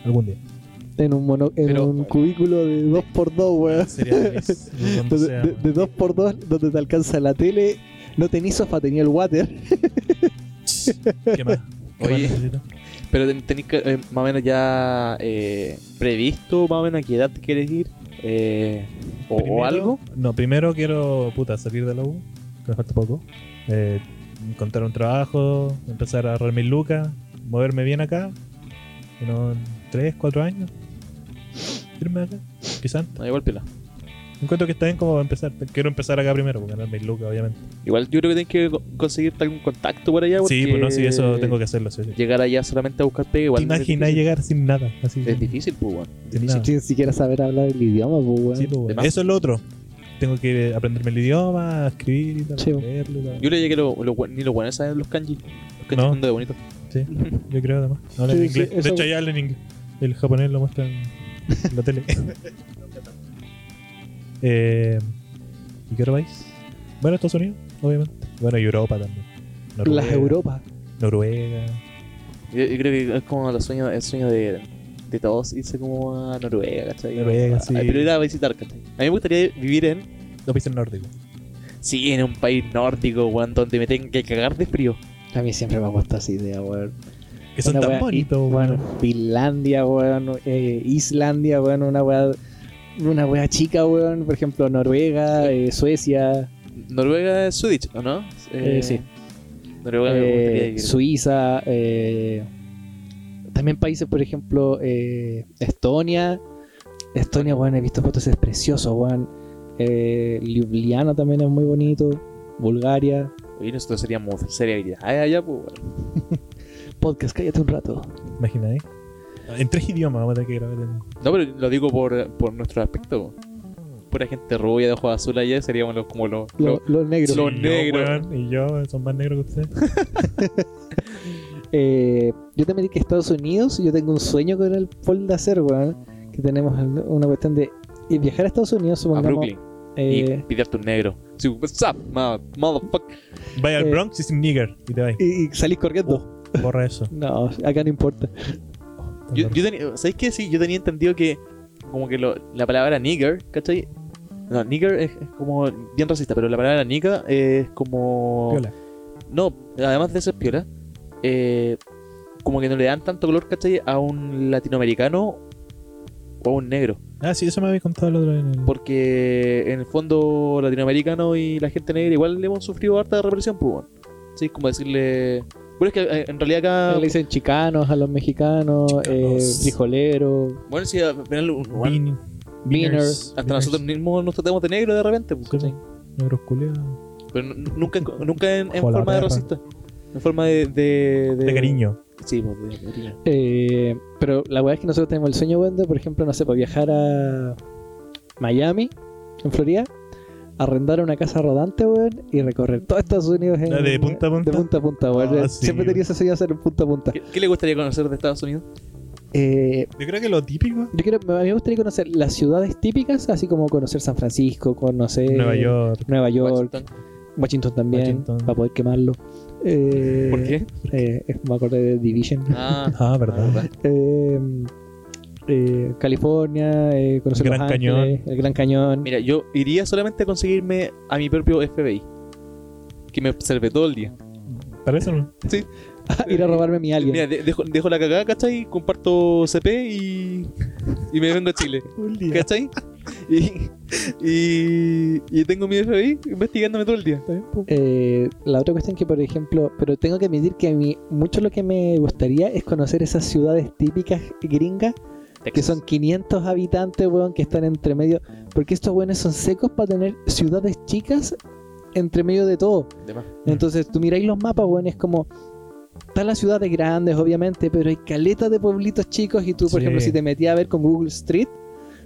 Speaker 4: Algún día.
Speaker 3: En un mono, en
Speaker 2: Pero-
Speaker 3: un cubículo de 2x2, weón.
Speaker 4: Sería feliz. donde
Speaker 3: Donde-
Speaker 4: sea,
Speaker 3: de-
Speaker 4: weón.
Speaker 3: de 2x2, donde te alcanza la tele. No tenís sofá, tenía el water.
Speaker 4: ¿Qué más? ¿Qué
Speaker 2: Oye.
Speaker 4: más necesito?
Speaker 2: Pero ten- tenés que, eh, más o menos ya eh, previsto, más o menos a qué edad quieres ir. eh, o, o
Speaker 4: Primero-
Speaker 2: algo.
Speaker 4: No, primero quiero, puta, salir de la U, que me falta poco. Eh, encontrar un trabajo, empezar a ahorrar mil lucas, moverme bien acá. Unos 3, 4 años. Irme acá, quizás.
Speaker 2: No, igual pila.
Speaker 4: Encuentro que está bien como para empezar. pero Quiero empezar acá primero, porque ganar mil lucas, obviamente.
Speaker 2: Igual yo creo que tenés que co- conseguirte algún contacto por allá.
Speaker 4: Sí,
Speaker 2: porque
Speaker 4: pues no, sí, eso tengo que hacerlo. sí, sí.
Speaker 2: Llegar allá solamente a buscar pega
Speaker 4: ¿Te
Speaker 2: igual. no es
Speaker 4: imaginas
Speaker 2: difícil.
Speaker 4: llegar sin nada? Así,
Speaker 2: Es difícil, pues, weón.
Speaker 4: sin
Speaker 2: difícil.
Speaker 4: nada.
Speaker 3: Sin siquiera saber hablar el idioma, pues, weón.
Speaker 4: Sí, pues, bueno.
Speaker 2: Además-
Speaker 4: Eso es lo otro. Tengo que aprenderme el idioma, escribir y tal,
Speaker 3: Sí, pues.
Speaker 4: leerlo y tal.
Speaker 2: Yo le llegué lo, lo buen- ni los buenos saben los kanji. Los kanji
Speaker 4: No.
Speaker 2: son de bonitos.
Speaker 4: Sí, yo creo además. No hablan
Speaker 3: Sí,
Speaker 4: en
Speaker 3: sí,
Speaker 4: inglés.
Speaker 3: eso-
Speaker 4: de hecho, ya hablan en inglés. El japonés lo muestran en la tele. eh, ¿Y qué otro país? Bueno, Estados Unidos, obviamente. Bueno, y Europa también. pues,
Speaker 3: Las Europas.
Speaker 4: Noruega.
Speaker 2: Yo, yo creo que es como los sueños, el sueño de, de todos irse como a Noruega, ¿cachai?
Speaker 4: Noruega,
Speaker 2: A-
Speaker 4: sí.
Speaker 2: Pero ir a visitar, ¿cachai? A mí me gustaría vivir en.
Speaker 4: Los países nórdicos.
Speaker 2: Sí, en un país nórdico, weón, donde me tengan que cagar de frío.
Speaker 3: A mí siempre me ha gustado esa idea, weón.
Speaker 4: Que son
Speaker 3: Una
Speaker 4: tan
Speaker 3: wea-
Speaker 4: bonitos,
Speaker 3: y-
Speaker 4: weón.
Speaker 3: Finlandia, weón. eh, Islandia, weón. Una weá. Una weá chica, weón. Por ejemplo, Noruega, eh, Suecia,
Speaker 2: Noruega es Swedish, ¿o no?
Speaker 3: Eh, sí.
Speaker 2: Noruega me
Speaker 3: eh,
Speaker 2: gustaría vivir.
Speaker 3: Suiza. eh, también países, por ejemplo, eh, Estonia. Estonia, weón. He visto fotos, es precioso, weón. Eh, Ljubljana también es muy bonito. Bulgaria.
Speaker 2: Y nosotros seríamos seriabilidad. Ah, allá, pues, weón.
Speaker 3: Podcast, cállate un rato.
Speaker 4: Imagina, ¿eh? En tres idiomas vamos a tener que grabar en.
Speaker 2: No, pero lo digo por, por nuestro aspecto. weón. Pura gente rubia de ojos azules allá seríamos los, como los,
Speaker 3: Lo-
Speaker 2: los-
Speaker 3: los negros.
Speaker 2: Sí. Los
Speaker 4: Y yo,
Speaker 2: negros.
Speaker 4: weón, y yo, son más negros que ustedes.
Speaker 3: Eh, yo también dije que Estados Unidos, yo tengo un sueño con el Paul de hacer, weón. Que tenemos una cuestión de eh, viajar a Estados Unidos,
Speaker 2: a
Speaker 3: supongamos.
Speaker 2: Brooklyn. Y
Speaker 3: eh,
Speaker 2: pidarte un negro. Sí, what's up, ma- motherfucker.
Speaker 4: Vaya al
Speaker 3: Eh.
Speaker 4: Bronx y sin nigger. Y Oh. te vas.
Speaker 3: y, y salís corriendo.
Speaker 4: Borra eso.
Speaker 3: No, acá no importa.
Speaker 2: Yo, yo tenía, ¿Sabéis qué? Sí, yo tenía entendido que como que lo- la palabra nigger, ¿cachai? No, nigger es, es como bien racista, pero la palabra nigga es como...
Speaker 4: Piola.
Speaker 2: No, además de ser piola, eh, como que no le dan tanto color, ¿cachai? A un latinoamericano o a un negro.
Speaker 4: Ah, sí, eso me habéis contado el otro día en el.
Speaker 2: Porque en el fondo latinoamericano y la gente negra igual le hemos sufrido harta represión, pues bueno. Sí, es como decirle... Bueno, es que eh, en realidad acá...
Speaker 3: Le dicen chicanos a los mexicanos, eh,
Speaker 4: Ah, Chicanos.
Speaker 3: frijoleros.
Speaker 2: Bueno, sí, al final un- un-
Speaker 4: Bean-
Speaker 3: Beaners.
Speaker 2: hasta nosotros mismos nos tratamos de negro de repente, pues, ¿cachai?
Speaker 4: Sí, Negros culeados.
Speaker 2: Pero n- nunca, nunca en, en
Speaker 4: Ojo a la
Speaker 2: forma de
Speaker 4: perra.
Speaker 2: racista. En forma de. De, de-
Speaker 4: De cariño.
Speaker 2: Sí, pues, de cariño.
Speaker 3: Eh, pero la verdad es que nosotros tenemos el sueño, weón, de, por ejemplo, no sé, para viajar a Miami, en Florida. Arrendar una casa rodante, weón, y recorrer todo Estados Unidos en-
Speaker 4: ¿La de punta a punta?
Speaker 3: De punta a punta, weón.
Speaker 4: Ah, sí,
Speaker 3: Siempre
Speaker 4: weón.
Speaker 3: tenía ese sueño de hacer punta a punta.
Speaker 2: ¿Qué, qué le gustaría conocer de Estados Unidos?
Speaker 3: Eh,
Speaker 4: Yo creo que lo típico.
Speaker 3: yo quiero, me, me gustaría conocer las ciudades típicas, así como conocer San Francisco, conocer
Speaker 4: Nueva York.
Speaker 3: Nueva York, Washington,
Speaker 2: Washington.
Speaker 3: también,
Speaker 4: Washington.
Speaker 3: para poder quemarlo. Eh,
Speaker 2: ¿Por qué?
Speaker 3: eh, es- me acordé de Division.
Speaker 2: Ah,
Speaker 4: Ah, verdad.
Speaker 3: Eh, eh, California, eh, conocer
Speaker 4: Gran
Speaker 3: Los Ángeles, el Gran Cañón.
Speaker 2: Mira, yo iría solamente a conseguirme a mi propio FBI. Que me observe todo el día.
Speaker 4: Para eso no.
Speaker 3: Ah, ir a robarme a mi alguien.
Speaker 2: Mira, de- dejo, dejo la cagada, ¿cachai? Comparto CP y. Y me vengo a Chile.
Speaker 4: Un día.
Speaker 2: ¿Cachai? Y, y, y tengo mi FBI investigándome todo el día.
Speaker 3: Eh, la otra cuestión que, por ejemplo, pero tengo que admitir que a mí mucho lo que me gustaría es conocer esas ciudades típicas gringas que son 500 habitantes, weón, que están entre medio. Porque estos weones son secos para tener ciudades chicas entre medio de todo.
Speaker 2: De más.
Speaker 3: Entonces, tú miráis los mapas, weón, es como. Están las ciudades grandes, obviamente, pero hay caletas de pueblitos chicos. Y tú, por
Speaker 4: Sí.
Speaker 3: ejemplo, si te metías a ver con Google Street,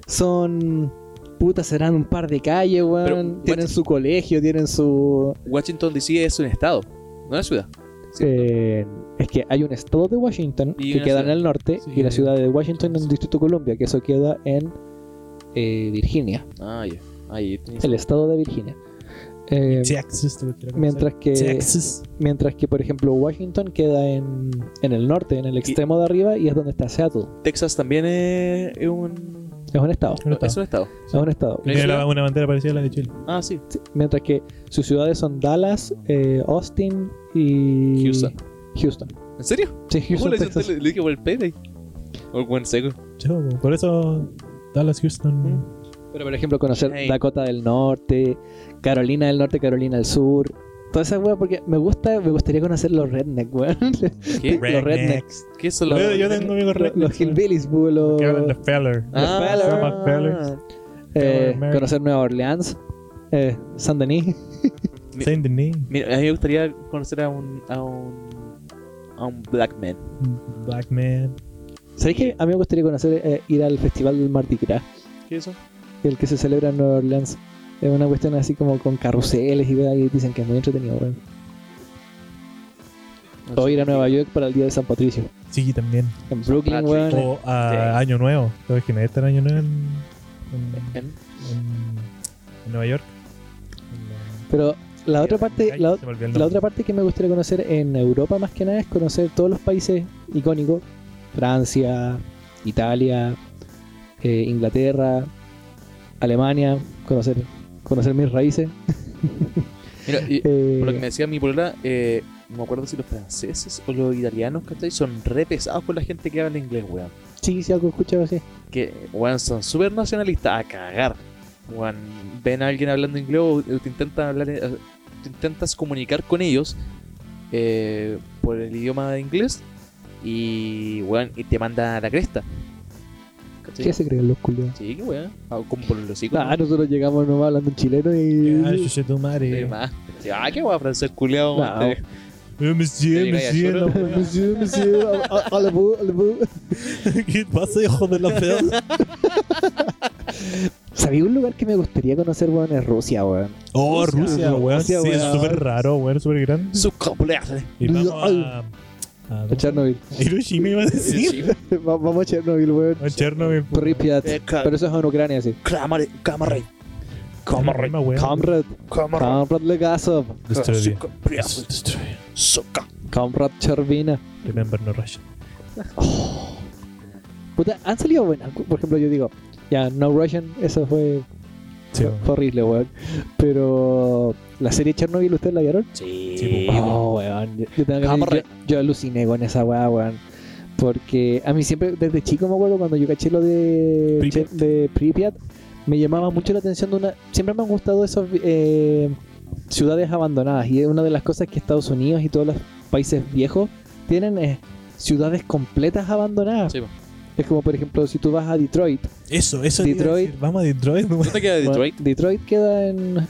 Speaker 3: son. Puta, serán un par de calles, weón.
Speaker 2: Pero,
Speaker 3: tienen
Speaker 2: guachi-
Speaker 3: su colegio, tienen su.
Speaker 2: Washington DC es un estado, no una ciudad. ¿cierto?
Speaker 3: Eh, es que hay un estado de Washington
Speaker 2: Y
Speaker 3: que
Speaker 2: una
Speaker 3: queda en
Speaker 2: ciudad.
Speaker 3: el norte
Speaker 4: Sí.
Speaker 3: y la ciudad de Washington en el Distrito de Columbia, que eso queda en eh, Virginia,
Speaker 2: Ah, ya. Ahí tenéis-
Speaker 3: el estado de Virginia. Eh,
Speaker 4: Texas. te gustaría conocer.
Speaker 3: mientras que
Speaker 4: Texas.
Speaker 3: mientras que por ejemplo Washington queda en, en el norte, en el extremo de arriba y es donde está Seattle.
Speaker 2: Texas también es, es un
Speaker 3: Es un estado,
Speaker 4: No está.
Speaker 2: es un estado.
Speaker 3: es un estado.
Speaker 4: Tiene la- una bandera parecida a la de Chile.
Speaker 2: Ah, sí.
Speaker 3: Mientras que sus ciudades son Dallas, eh, Austin y
Speaker 2: Houston.
Speaker 3: Houston.
Speaker 2: ¿En serio?
Speaker 3: Sí,
Speaker 2: ¿Cómo
Speaker 3: Houston,
Speaker 2: le, dicen-
Speaker 3: Texas.
Speaker 2: le- le dije por el payday? O el buen seco.
Speaker 4: Chao, po. por eso Dallas, Houston.
Speaker 3: Pero por ejemplo, conocer
Speaker 2: Hey.
Speaker 3: Dakota del Norte, Carolina del Norte, Carolina del Sur. Toda esa weas, porque me gusta, me gustaría conocer los redneck, weón.
Speaker 2: ¿Qué?
Speaker 3: Los rednecks.
Speaker 2: ¿Qué son los
Speaker 4: Yo, yo tengo amigos
Speaker 3: Los,
Speaker 4: rednecks.
Speaker 3: hillbillies, eh, weón, los-
Speaker 4: Que hablan de Feller.
Speaker 2: Ah,
Speaker 3: Los Fellers.
Speaker 4: Los Fellers.
Speaker 3: eh,
Speaker 4: Mary.
Speaker 3: conocer Nueva Orleans, eh, San Denis.
Speaker 2: Mi-
Speaker 4: Saint Denis.
Speaker 2: Mira, a mí me gustaría conocer a un a un a un black man.
Speaker 4: Black Man.
Speaker 3: ¿Sabéis que a mí me gustaría conocer eh, ir al festival del Mardi Gras,
Speaker 2: ¿Qué es eso?
Speaker 3: el que se celebra en Nueva Orleans? Es una cuestión así como con carruseles y weas, y dicen que es muy entretenido, weón.
Speaker 2: No
Speaker 3: O
Speaker 2: sé.
Speaker 3: ir a Nueva York para el día de San Patricio.
Speaker 4: Sí, también.
Speaker 3: En Brooklyn,
Speaker 2: Patrick.
Speaker 3: weón.
Speaker 4: O a Año Nuevo. ¿Sabes quién es este Año Nuevo en, en,
Speaker 2: ¿En?
Speaker 4: en- en Nueva York?
Speaker 3: Pero la otra parte, la,
Speaker 4: Se me olvidó el
Speaker 3: La
Speaker 4: nombre.
Speaker 3: otra parte que me gustaría conocer en Europa más que nada es conocer todos los países icónicos. Francia, Italia, eh, Inglaterra, Alemania, conocer, conocer mis raíces.
Speaker 2: Mira, y-
Speaker 3: Eh,
Speaker 2: Por lo que me decía mi polola, eh, no me acuerdo si los franceses o los italianos, ¿cachai? Son re pesados con la gente que habla inglés, weón.
Speaker 3: Sí, sí, algo he escuchado así.
Speaker 2: Que, weón, son súper nacionalistas a cagar. Weón, ven a alguien hablando inglés o o te intentan hablar, eh, te intentas comunicar con ellos eh, por el idioma de inglés y, weón, y te manda a la cresta. ¿Cachai?
Speaker 3: ¿Qué se creen los culiados?
Speaker 2: Sí, que weón. Ah, Como por los hocico.
Speaker 3: Ah, nosotros llegamos nomás hablando en chileno
Speaker 4: Ah,
Speaker 3: y.
Speaker 4: chuche tu madre.
Speaker 2: Eh, más. Ah, qué weón, francés culiado.
Speaker 3: No.
Speaker 2: te-
Speaker 4: Eh, monsieur,
Speaker 2: Te llegáis
Speaker 4: monsieur,
Speaker 2: a
Speaker 4: la wea.
Speaker 3: Monsieur, monsieur, a- a- a la bu- a la bu-
Speaker 4: ¿Qué pasa, hijo de la fea?
Speaker 3: ¿Sabía un lugar que me gustaría conocer, weón? Es Rusia, weón.
Speaker 4: Oh,
Speaker 3: Rusia,
Speaker 4: Rusia, weón. Sí,
Speaker 3: Rusia,
Speaker 4: es
Speaker 3: weón.
Speaker 4: súper raro, weón, súper grande.
Speaker 2: Su complejo.
Speaker 4: Y vamos a. a-
Speaker 3: A Chernobyl.
Speaker 4: Hiroshima iba a decir.
Speaker 3: Va- Vamos a Chernobyl, weón.
Speaker 4: A Chernobyl. po.
Speaker 3: Pripyat.
Speaker 2: Eh, ca-
Speaker 3: Pero eso es en Ucrania, sí.
Speaker 2: Cámara, cámara, cámara,
Speaker 4: Hiroshima, weón.
Speaker 3: Comrade,
Speaker 2: cámara.
Speaker 3: Comrade Legasov,
Speaker 4: Destroy.
Speaker 2: Su complejo.
Speaker 4: Destroy.
Speaker 2: Soca.
Speaker 3: Comrade Chervina.
Speaker 4: Remember no Rush.
Speaker 3: Puta, han salido buenas. Por ejemplo, yo digo, ya, No Russian, eso fue,
Speaker 4: Sí,
Speaker 3: fue
Speaker 4: weón.
Speaker 3: horrible, weón. Pero la serie Chernobyl, ¿ustedes la vieron?
Speaker 2: Sí.
Speaker 4: Sí,
Speaker 3: No, weón. Yo, yo tengo que
Speaker 2: Hammer.
Speaker 3: decir, yo, yo aluciné con esa weá, weón. Porque a mí siempre, desde chico me acuerdo cuando yo caché lo de
Speaker 4: Pripyat.
Speaker 3: che- de Pripyat, me llamaba mucho la atención de una... Siempre me han gustado esas eh, ciudades abandonadas y es una de las cosas que Estados Unidos y todos los países viejos tienen es ciudades completas abandonadas.
Speaker 2: Sí, po.
Speaker 3: Es como, por ejemplo, si tú vas a Detroit.
Speaker 4: Eso, eso. te iba a
Speaker 3: Detroit.
Speaker 4: decir. Vamos a Detroit, weón.
Speaker 2: ¿No te queda
Speaker 3: bueno,
Speaker 2: Detroit?
Speaker 3: Detroit queda en...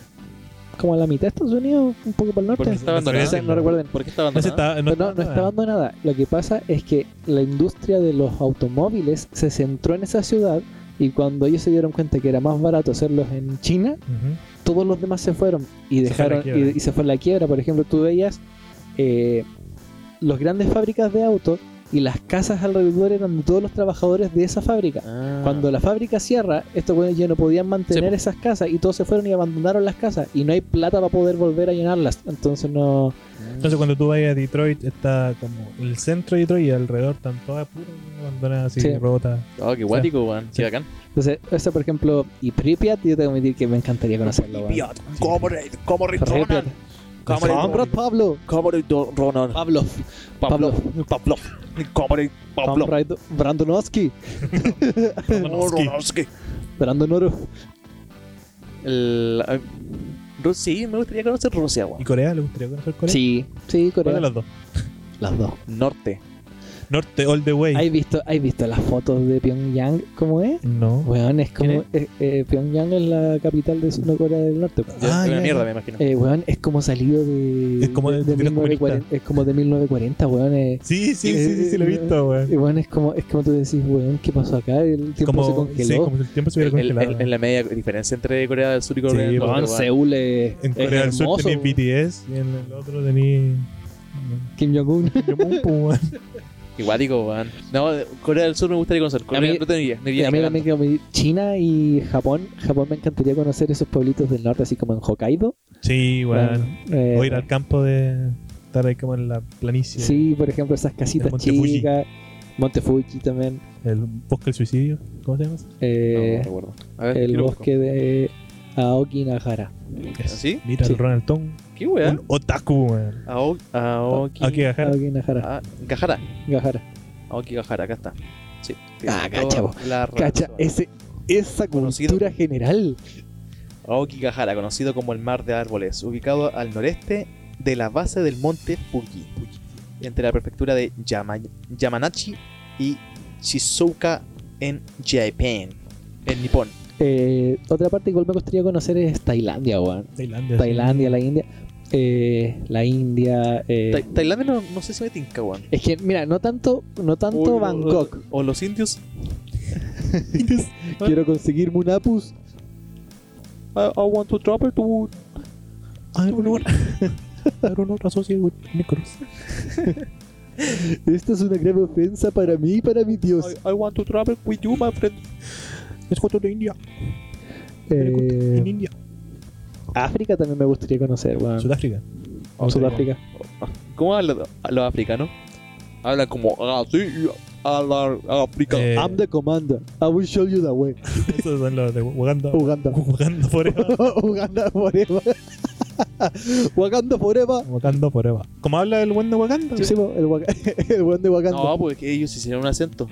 Speaker 3: Como a la mitad de Estados Unidos, un poco para el norte.
Speaker 2: Porque está abandonada.
Speaker 3: No recuerden.
Speaker 2: ¿Por qué está
Speaker 4: No se
Speaker 2: abandonada?
Speaker 4: está.
Speaker 3: No, no, no
Speaker 4: nada.
Speaker 3: está abandonada. Lo que pasa es que la industria de los automóviles se centró en esa ciudad y cuando ellos se dieron cuenta que era más barato hacerlos en China,
Speaker 4: Ujú.
Speaker 3: todos los demás se fueron y
Speaker 4: Se fue a la
Speaker 3: dejaron
Speaker 4: quiebra.
Speaker 3: y, y se fue a la quiebra. Por ejemplo, tú veías eh, las grandes fábricas de autos y las casas alrededor eran de todos los trabajadores de esa fábrica.
Speaker 2: Ah.
Speaker 3: Cuando la fábrica cierra, estos güeyes ya no podían mantener
Speaker 2: Sí, po.
Speaker 3: esas casas y todos se fueron y abandonaron las casas y no hay plata para poder volver a llenarlas. Entonces no...
Speaker 2: mm.
Speaker 4: Entonces cuando tú vas a Detroit está como el centro de Detroit y alrededor están todas puras abandonadas así
Speaker 3: Sí.
Speaker 4: rotas.
Speaker 2: Oh, qué guático, weón. Sí, bacán.
Speaker 3: Entonces, eso por ejemplo, y Pripyat, yo tengo que admitir que me encantaría conocerlo. weón.
Speaker 2: Idiota. Cámara, cámara,
Speaker 3: Pripyat.
Speaker 2: Ronan. Cámara,
Speaker 3: Comrade Pablo.
Speaker 2: cámara, Ronan.
Speaker 3: Pablo.
Speaker 2: Ah, Pablo, Pablo. Cámara, Pablo.
Speaker 3: Comrade Brandonowski.
Speaker 2: Roronowski.
Speaker 3: Brandonoro.
Speaker 2: El- ah, Ru- Sí, me gustaría conocer Rusia, weón.
Speaker 4: ¿Y Corea? ¿Le gustaría conocer Corea?
Speaker 3: Sí. Sí,
Speaker 4: ¿Cuál
Speaker 3: Corea.
Speaker 4: de las dos?
Speaker 3: Las dos.
Speaker 2: Norte.
Speaker 4: Norte, all the way.
Speaker 3: ¿Has visto, ¿Has visto las fotos de Pyongyang? ¿Cómo es?
Speaker 4: No.
Speaker 3: Weón, es como.
Speaker 2: ¿Quién
Speaker 3: eh, eh, Pyongyang es la capital de Sur- Corea del Norte. po.
Speaker 4: Ah,
Speaker 2: Es
Speaker 4: ya,
Speaker 2: una
Speaker 4: ya.
Speaker 2: mierda, me imagino.
Speaker 3: Eh, weón, es como salido de.
Speaker 4: Es como de- de los
Speaker 3: 1940, es como de 1940, weón. eh.
Speaker 4: Sí, sí, sí, sí, sí, lo he visto,
Speaker 3: Eh,
Speaker 4: weón.
Speaker 3: weón, es como, es como tú decís, weón, ¿qué pasó acá? El tiempo se
Speaker 4: Como,
Speaker 3: congeló.
Speaker 4: sí, como si el tiempo se hubiera
Speaker 2: El- el-
Speaker 4: congelado.
Speaker 2: el- En la media diferencia entre Corea del Sur y Corea
Speaker 4: Sí,
Speaker 2: del
Speaker 4: weón,
Speaker 2: Norte.
Speaker 3: Weón,
Speaker 2: weón.
Speaker 3: Seúl es,
Speaker 4: En
Speaker 3: es
Speaker 4: Corea del Sur
Speaker 3: hermoso,
Speaker 4: tenía
Speaker 3: weón.
Speaker 4: BTS y en el otro tenía...
Speaker 3: Kim Jong-un.
Speaker 4: Yo pum, pum, weón.
Speaker 2: Iguático, weón. No, de- Corea del Sur me gustaría conocer. Corea
Speaker 3: A mí-
Speaker 2: del Norte no iría, no
Speaker 3: Y
Speaker 2: iría
Speaker 3: a
Speaker 2: ni
Speaker 3: mí
Speaker 2: cagando.
Speaker 3: también que me- China y Japón. Japón me encantaría conocer esos pueblitos del norte, así como en Hokkaido.
Speaker 4: Sí, weón.
Speaker 3: Eh,
Speaker 4: O ir al campo de... Estar ahí como en la planicie.
Speaker 3: Sí, por ejemplo, esas casitas
Speaker 4: El Monte Fuji.
Speaker 3: chicas. Monte Fuji también.
Speaker 4: El bosque del suicidio. ¿Cómo se llama? eso?
Speaker 2: No,
Speaker 3: eh,
Speaker 2: no recuerdo. A ver, ¿qué
Speaker 3: el
Speaker 2: lo busco? ¿Ah,
Speaker 3: bosque de Aokinahara.
Speaker 2: ¿Sí?
Speaker 4: Mira,
Speaker 3: Sí.
Speaker 4: el Ronald Tong.
Speaker 2: ¿Qué weón?
Speaker 4: Un otaku, weón.
Speaker 2: Aoki. Aoki.
Speaker 4: Ah, Aquí, ajá.
Speaker 3: Aokinahara.
Speaker 2: Ah, Gajara.
Speaker 3: Gahara.
Speaker 2: Aoki Gajara, acá está. Sí.
Speaker 3: Ah,
Speaker 2: Tiene
Speaker 3: cacha,
Speaker 2: toda la razón.
Speaker 3: Cacha, ese, esa
Speaker 2: Conocido.
Speaker 3: cultura general.
Speaker 2: Aoki Gajara, conocido como el Mar de Árboles, ubicado al noreste de la base del monte Fuji, entre la prefectura de Yama- Yamanashi y Shizuoka en Japón, en Nippon.
Speaker 3: Eh, otra parte igual me gustaría conocer es Tailandia, weón.
Speaker 4: Tailandia. sí.
Speaker 3: Tailandia, la India. Eh, la India. eh,
Speaker 2: Ta- Tailandia no, no sé si me tinca, weón.
Speaker 3: es que, mira, no tanto, no tanto
Speaker 2: O- o-
Speaker 3: Bangkok.
Speaker 2: O, los indios.
Speaker 3: Quiero conseguirme un Apus.
Speaker 2: I, I want to travel to.
Speaker 4: I don't know. I don't know. Associate with Nicholas.
Speaker 3: Esta es una grave ofensa para mí y para mi Dios.
Speaker 2: I, I want to travel with you, my friend.
Speaker 4: Let's go to the India.
Speaker 3: Eh,
Speaker 4: In India.
Speaker 3: África también me gustaría conocer,
Speaker 2: ah.
Speaker 3: weón.
Speaker 4: Sudáfrica.
Speaker 3: Sudáfrica.
Speaker 2: ¿Cómo hablan los africanos? Hablan como, ah, sí, a la a África.
Speaker 4: Eh,
Speaker 3: I'm the commander. I will show you the way.
Speaker 4: Esos son los de Uganda.
Speaker 3: Uganda.
Speaker 4: Uganda forever.
Speaker 3: Uganda forever. Wakanda forever.
Speaker 4: Uganda forever. ¿Cómo habla el buen de Uganda?
Speaker 3: Sí, po, el, Waka- el weón de Wakanda.
Speaker 2: No, porque ellos hicieron un acento.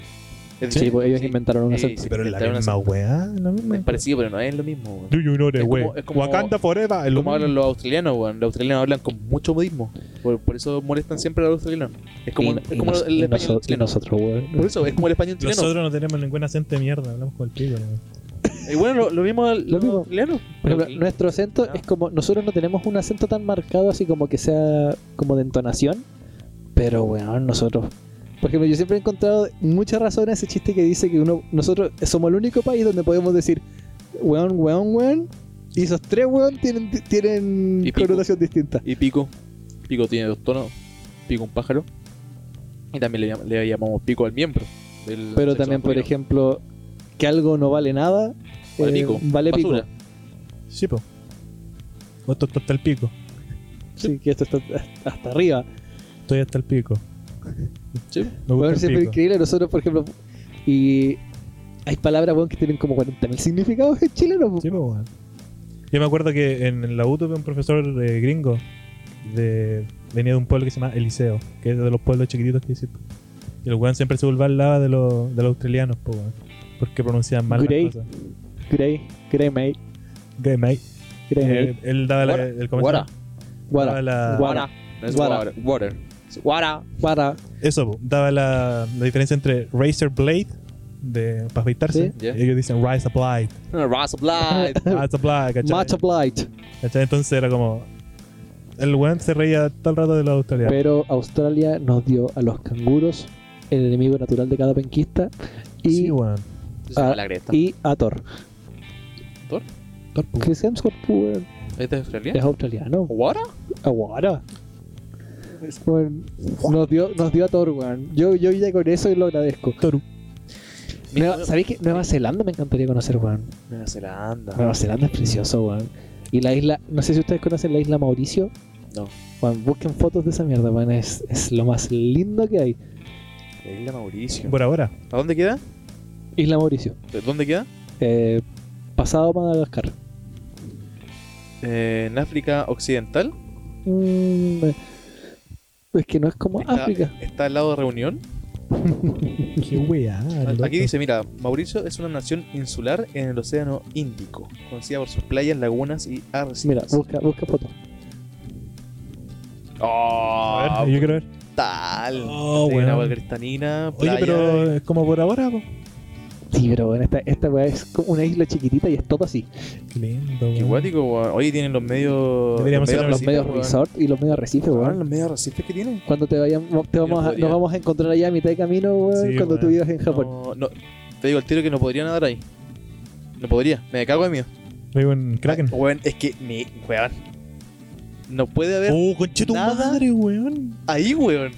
Speaker 2: Es
Speaker 3: Sí,
Speaker 2: decir,
Speaker 3: pues ellos
Speaker 2: sí, Eh,
Speaker 3: inventaron un
Speaker 2: sí,
Speaker 3: acento.
Speaker 2: sí,
Speaker 4: pero es la
Speaker 2: inventaron un
Speaker 4: misma
Speaker 2: acento.
Speaker 4: weá. La misma.
Speaker 2: Es parecido, pero no es lo mismo. weón.
Speaker 4: Do you know the
Speaker 2: Es
Speaker 4: way?
Speaker 2: como- es como-
Speaker 4: Wakanda forever. Es lo
Speaker 2: Como hablan
Speaker 4: mismo.
Speaker 2: los australianos, weón. Los australianos hablan con mucho modismo. Por, por eso molestan siempre a los australianos. Es como,
Speaker 3: Oh. Y-
Speaker 2: es
Speaker 3: y
Speaker 2: como
Speaker 3: nos-
Speaker 2: el
Speaker 3: y
Speaker 2: español
Speaker 3: noso- y
Speaker 2: chileno.
Speaker 3: nosotros, weón.
Speaker 2: Por eso, es como el español chileno.
Speaker 4: Nosotros no tenemos ningún acento de mierda. Hablamos con el pico. ¿no?
Speaker 2: Y bueno, lo, lo mismo al-
Speaker 3: Lo
Speaker 2: los
Speaker 3: mismo.
Speaker 2: australianos.
Speaker 3: Por ejemplo,
Speaker 2: Pero-
Speaker 3: nuestro acento
Speaker 2: Ah.
Speaker 3: es como. Nosotros no tenemos un acento tan marcado así como que sea como de entonación. Pero weón, nosotros. Por ejemplo, yo siempre he encontrado mucha razón a ese chiste que dice que uno, nosotros somos el único país donde podemos decir weón, weón, weón. Y esos tres weón tienen, tienen
Speaker 2: Y pico.
Speaker 3: connotación distinta.
Speaker 2: Y pico. Pico tiene dos tonos. Pico un pájaro. Y también le, llam- le llamamos pico al miembro. del
Speaker 3: Pero
Speaker 2: sexo
Speaker 3: también, por
Speaker 2: masculino.
Speaker 3: ejemplo, que algo no vale nada.
Speaker 2: Vale
Speaker 3: eh,
Speaker 2: pico.
Speaker 3: Vale pico.
Speaker 2: Basura.
Speaker 4: Sí, po. Vos to- to- hasta el pico.
Speaker 3: Sí, que esto está hasta arriba.
Speaker 4: Estoy hasta el pico.
Speaker 2: Sí.
Speaker 4: Me gusta
Speaker 3: Bueno,
Speaker 4: el
Speaker 3: siempre
Speaker 4: pico.
Speaker 3: increíble. Nosotros, por ejemplo, y hay palabras weón, que tienen como 40.000 significados en chileno. po.
Speaker 4: Sí, po, weón. Yo me acuerdo que en en la U tuve un profesor eh, gringo. De, venía de un pueblo que se llama Eliseo, que es de los pueblos chiquititos que existen. Y el weón siempre se volvía al lado de los, de los australianos, po, weón, porque pronunciaban mal
Speaker 3: Grey.
Speaker 4: las cosas.
Speaker 3: Grey, Grey May,
Speaker 4: Grey, mate.
Speaker 3: Grey May,
Speaker 4: Eh, él daba la-
Speaker 2: Guara. Guara.
Speaker 4: el comentario.
Speaker 3: Guara,
Speaker 4: la,
Speaker 3: Guara.
Speaker 2: No es
Speaker 3: Guara.
Speaker 2: water. Water. Es Guara.
Speaker 3: Guara.
Speaker 4: Eso, po, daba la, la diferencia entre Razor Blade de, para afeitarse.
Speaker 2: Sí, ya.
Speaker 4: y Ellos dicen Rise Blade.
Speaker 2: No, Russell Blight.
Speaker 3: Ah.
Speaker 4: Rise Blade, ¿cachai?
Speaker 3: Much obliged.
Speaker 4: ¿Cachai? Entonces era como. El weón se reía todo el rato de los australianos.
Speaker 3: Pero Australia nos dio a los canguros, el enemigo natural de cada penquista, y,
Speaker 4: sí, weón.
Speaker 2: Se llama
Speaker 3: Ah,
Speaker 2: la cresta.
Speaker 3: y a Thor.
Speaker 4: Torpo.
Speaker 3: Chris Hemsworth weón,
Speaker 2: ¿Este es australiano?
Speaker 3: es australiano.
Speaker 2: ¿Guara?
Speaker 3: Ahora. Bueno, nos, dio, nos dio a Thor, weón. Yo, yo ya con eso y lo agradezco.
Speaker 4: Toru.
Speaker 3: Nueva- ¿Sabéis que Nueva Zelanda me encantaría conocer, weón?
Speaker 2: Nueva Zelanda.
Speaker 3: Nueva Zelanda es precioso, weón. Y la isla, no sé si ustedes conocen la isla Mauricio.
Speaker 2: No.
Speaker 3: Weón, busquen fotos de esa mierda, weón. Es, es lo más lindo que hay.
Speaker 2: La isla Mauricio.
Speaker 4: Por ahora.
Speaker 2: ¿A dónde queda?
Speaker 3: Isla Mauricio.
Speaker 2: ¿De ¿Dónde queda?
Speaker 3: Eh, pasado Madagascar.
Speaker 2: Eh, en África Occidental.
Speaker 3: Mm, es que no es como
Speaker 2: Está-
Speaker 3: África.
Speaker 2: Está al lado de Reunión.
Speaker 4: Qué weá. loco.
Speaker 2: Aquí dice, mira, Mauricio es una nación insular en el Océano Índico, conocida por sus playas, lagunas y
Speaker 3: Mira, uh.
Speaker 2: arrecifes.
Speaker 3: busca, busca fotos.
Speaker 4: A
Speaker 2: Ah,
Speaker 4: ver, yo quiero ver.
Speaker 2: tal.
Speaker 3: Ah,
Speaker 4: Oh,
Speaker 2: Tiene
Speaker 4: weón.
Speaker 2: agua cristalina,
Speaker 4: Oye,
Speaker 2: playa.
Speaker 4: pero es como por ahora, po.
Speaker 3: Sí, pero weón, esta, esta weá es como una isla chiquitita y es todo así.
Speaker 4: Qué lindo,
Speaker 2: Qué
Speaker 4: weón.
Speaker 2: guático, weón. Oye, tienen los medios.
Speaker 4: Deberíamos hacer
Speaker 3: eh, Los
Speaker 4: Sí, pues,
Speaker 3: medios
Speaker 2: arrecifes,
Speaker 3: resort y los medios arrecifes,
Speaker 2: weón.
Speaker 3: weón.
Speaker 2: Weón, Ah, Los medios arrecifes que tienen.
Speaker 3: Cuando te vayamos, te vamos a-
Speaker 2: podría.
Speaker 3: nos vamos a encontrar allá a mitad de camino, weón,
Speaker 4: Sí,
Speaker 3: cuando
Speaker 4: weón.
Speaker 3: tú vivas en Japón.
Speaker 2: No, no, te digo el tiro que no podría nadar ahí. No podría, me cago de miedo.
Speaker 4: Vivo en Kraken.
Speaker 2: Weón, es que ni, weón. No puede haber
Speaker 4: Oh, conche tu
Speaker 2: nada.
Speaker 4: madre, weón.
Speaker 2: ahí, weón.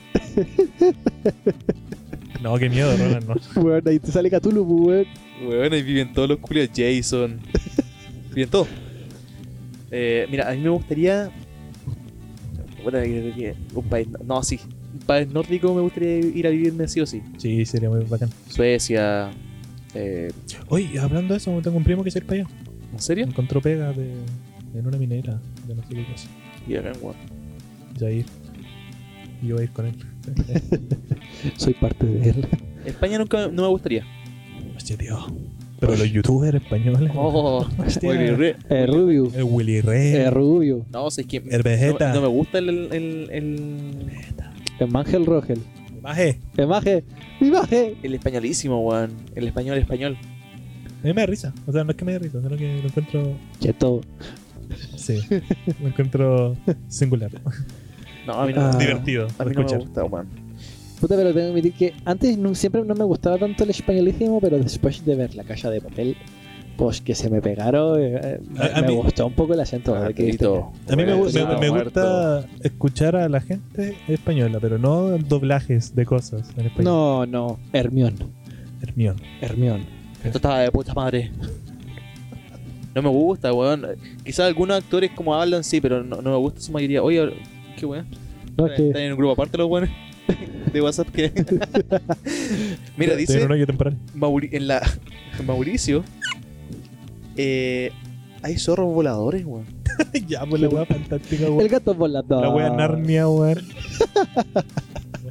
Speaker 4: No, qué miedo, Roland. No.
Speaker 3: Weón, ahí te sale Cthulhu, pues, weón.
Speaker 2: Weón, ahí viven todos los culios Jason. viven todos. Eh, mira, a mí me gustaría. Puta, que- que- Un país. No, sí. Un país nórdico me gustaría ir a vivirme sí o sí.
Speaker 4: Sí, sería muy bacán.
Speaker 2: Suecia. Eh,
Speaker 4: Oye, hablando de eso, tengo un primo que se ir para allá.
Speaker 2: ¿En serio?
Speaker 4: Encontró pega de, en una minera de no sé qué cosa.
Speaker 2: Y acá, weón.
Speaker 4: Jair. Y yo voy a ir con él.
Speaker 3: Soy parte de él.
Speaker 2: España nunca no me gustaría.
Speaker 4: Hostia, tío. Pero los youtubers españoles.
Speaker 2: Oh,
Speaker 4: Hostia.
Speaker 2: oye, re-
Speaker 3: Eh, Rubio.
Speaker 4: El Willy Rey.
Speaker 3: Eh, Rubio.
Speaker 2: No, si es que.
Speaker 4: el Vegeta.
Speaker 2: No, no me gusta el. el, el, el,
Speaker 3: El Eh, Mangel Rogel.
Speaker 4: Baje.
Speaker 3: El Maje. Mi Maje.
Speaker 2: el españolísimo, weón. El español, español.
Speaker 4: A mí me da risa. O sea, no es que me dé risa, sino que lo encuentro.
Speaker 3: Cheto.
Speaker 4: Sí. lo encuentro singular.
Speaker 2: No, a mí no,
Speaker 3: Ah.
Speaker 4: Divertido.
Speaker 2: a
Speaker 4: de
Speaker 2: mí no me
Speaker 4: escuchar.
Speaker 2: gusta, weón.
Speaker 3: Puta, pero tengo que admitir que antes no- siempre no me gustaba tanto el españolísimo, pero después de ver la caja de papel, pues que se me pegaron, eh, me,
Speaker 4: A- a
Speaker 3: me
Speaker 4: mí-
Speaker 3: gustó un poco el acento.
Speaker 2: Ah,
Speaker 3: ¿verdad? Que
Speaker 2: Pedrito,
Speaker 4: A mí me,
Speaker 2: weón,
Speaker 4: gu- me-
Speaker 2: Pedrito
Speaker 4: me
Speaker 2: muerto.
Speaker 4: gusta escuchar a la gente española, pero no doblajes de cosas en español.
Speaker 3: No, no. Hermión.
Speaker 4: Hermión.
Speaker 3: Hermión.
Speaker 2: Esto estaba de puta madre. No me gusta, weón. Quizás algunos actores como hablan, sí, pero no, no me gusta su mayoría. Oye, qué weón.
Speaker 3: No, es que
Speaker 2: Están en un grupo aparte los weones de WhatsApp que. Mira,
Speaker 4: Estoy en
Speaker 2: dice
Speaker 4: un hoyo temporal.
Speaker 2: Mauri- en la Mauricio. Eh, hay zorros voladores, weón.
Speaker 4: ya, pues la weá fantástica,
Speaker 3: el
Speaker 4: weón.
Speaker 3: gato volando.
Speaker 4: La
Speaker 2: Ah.
Speaker 4: weá Narnia, weón.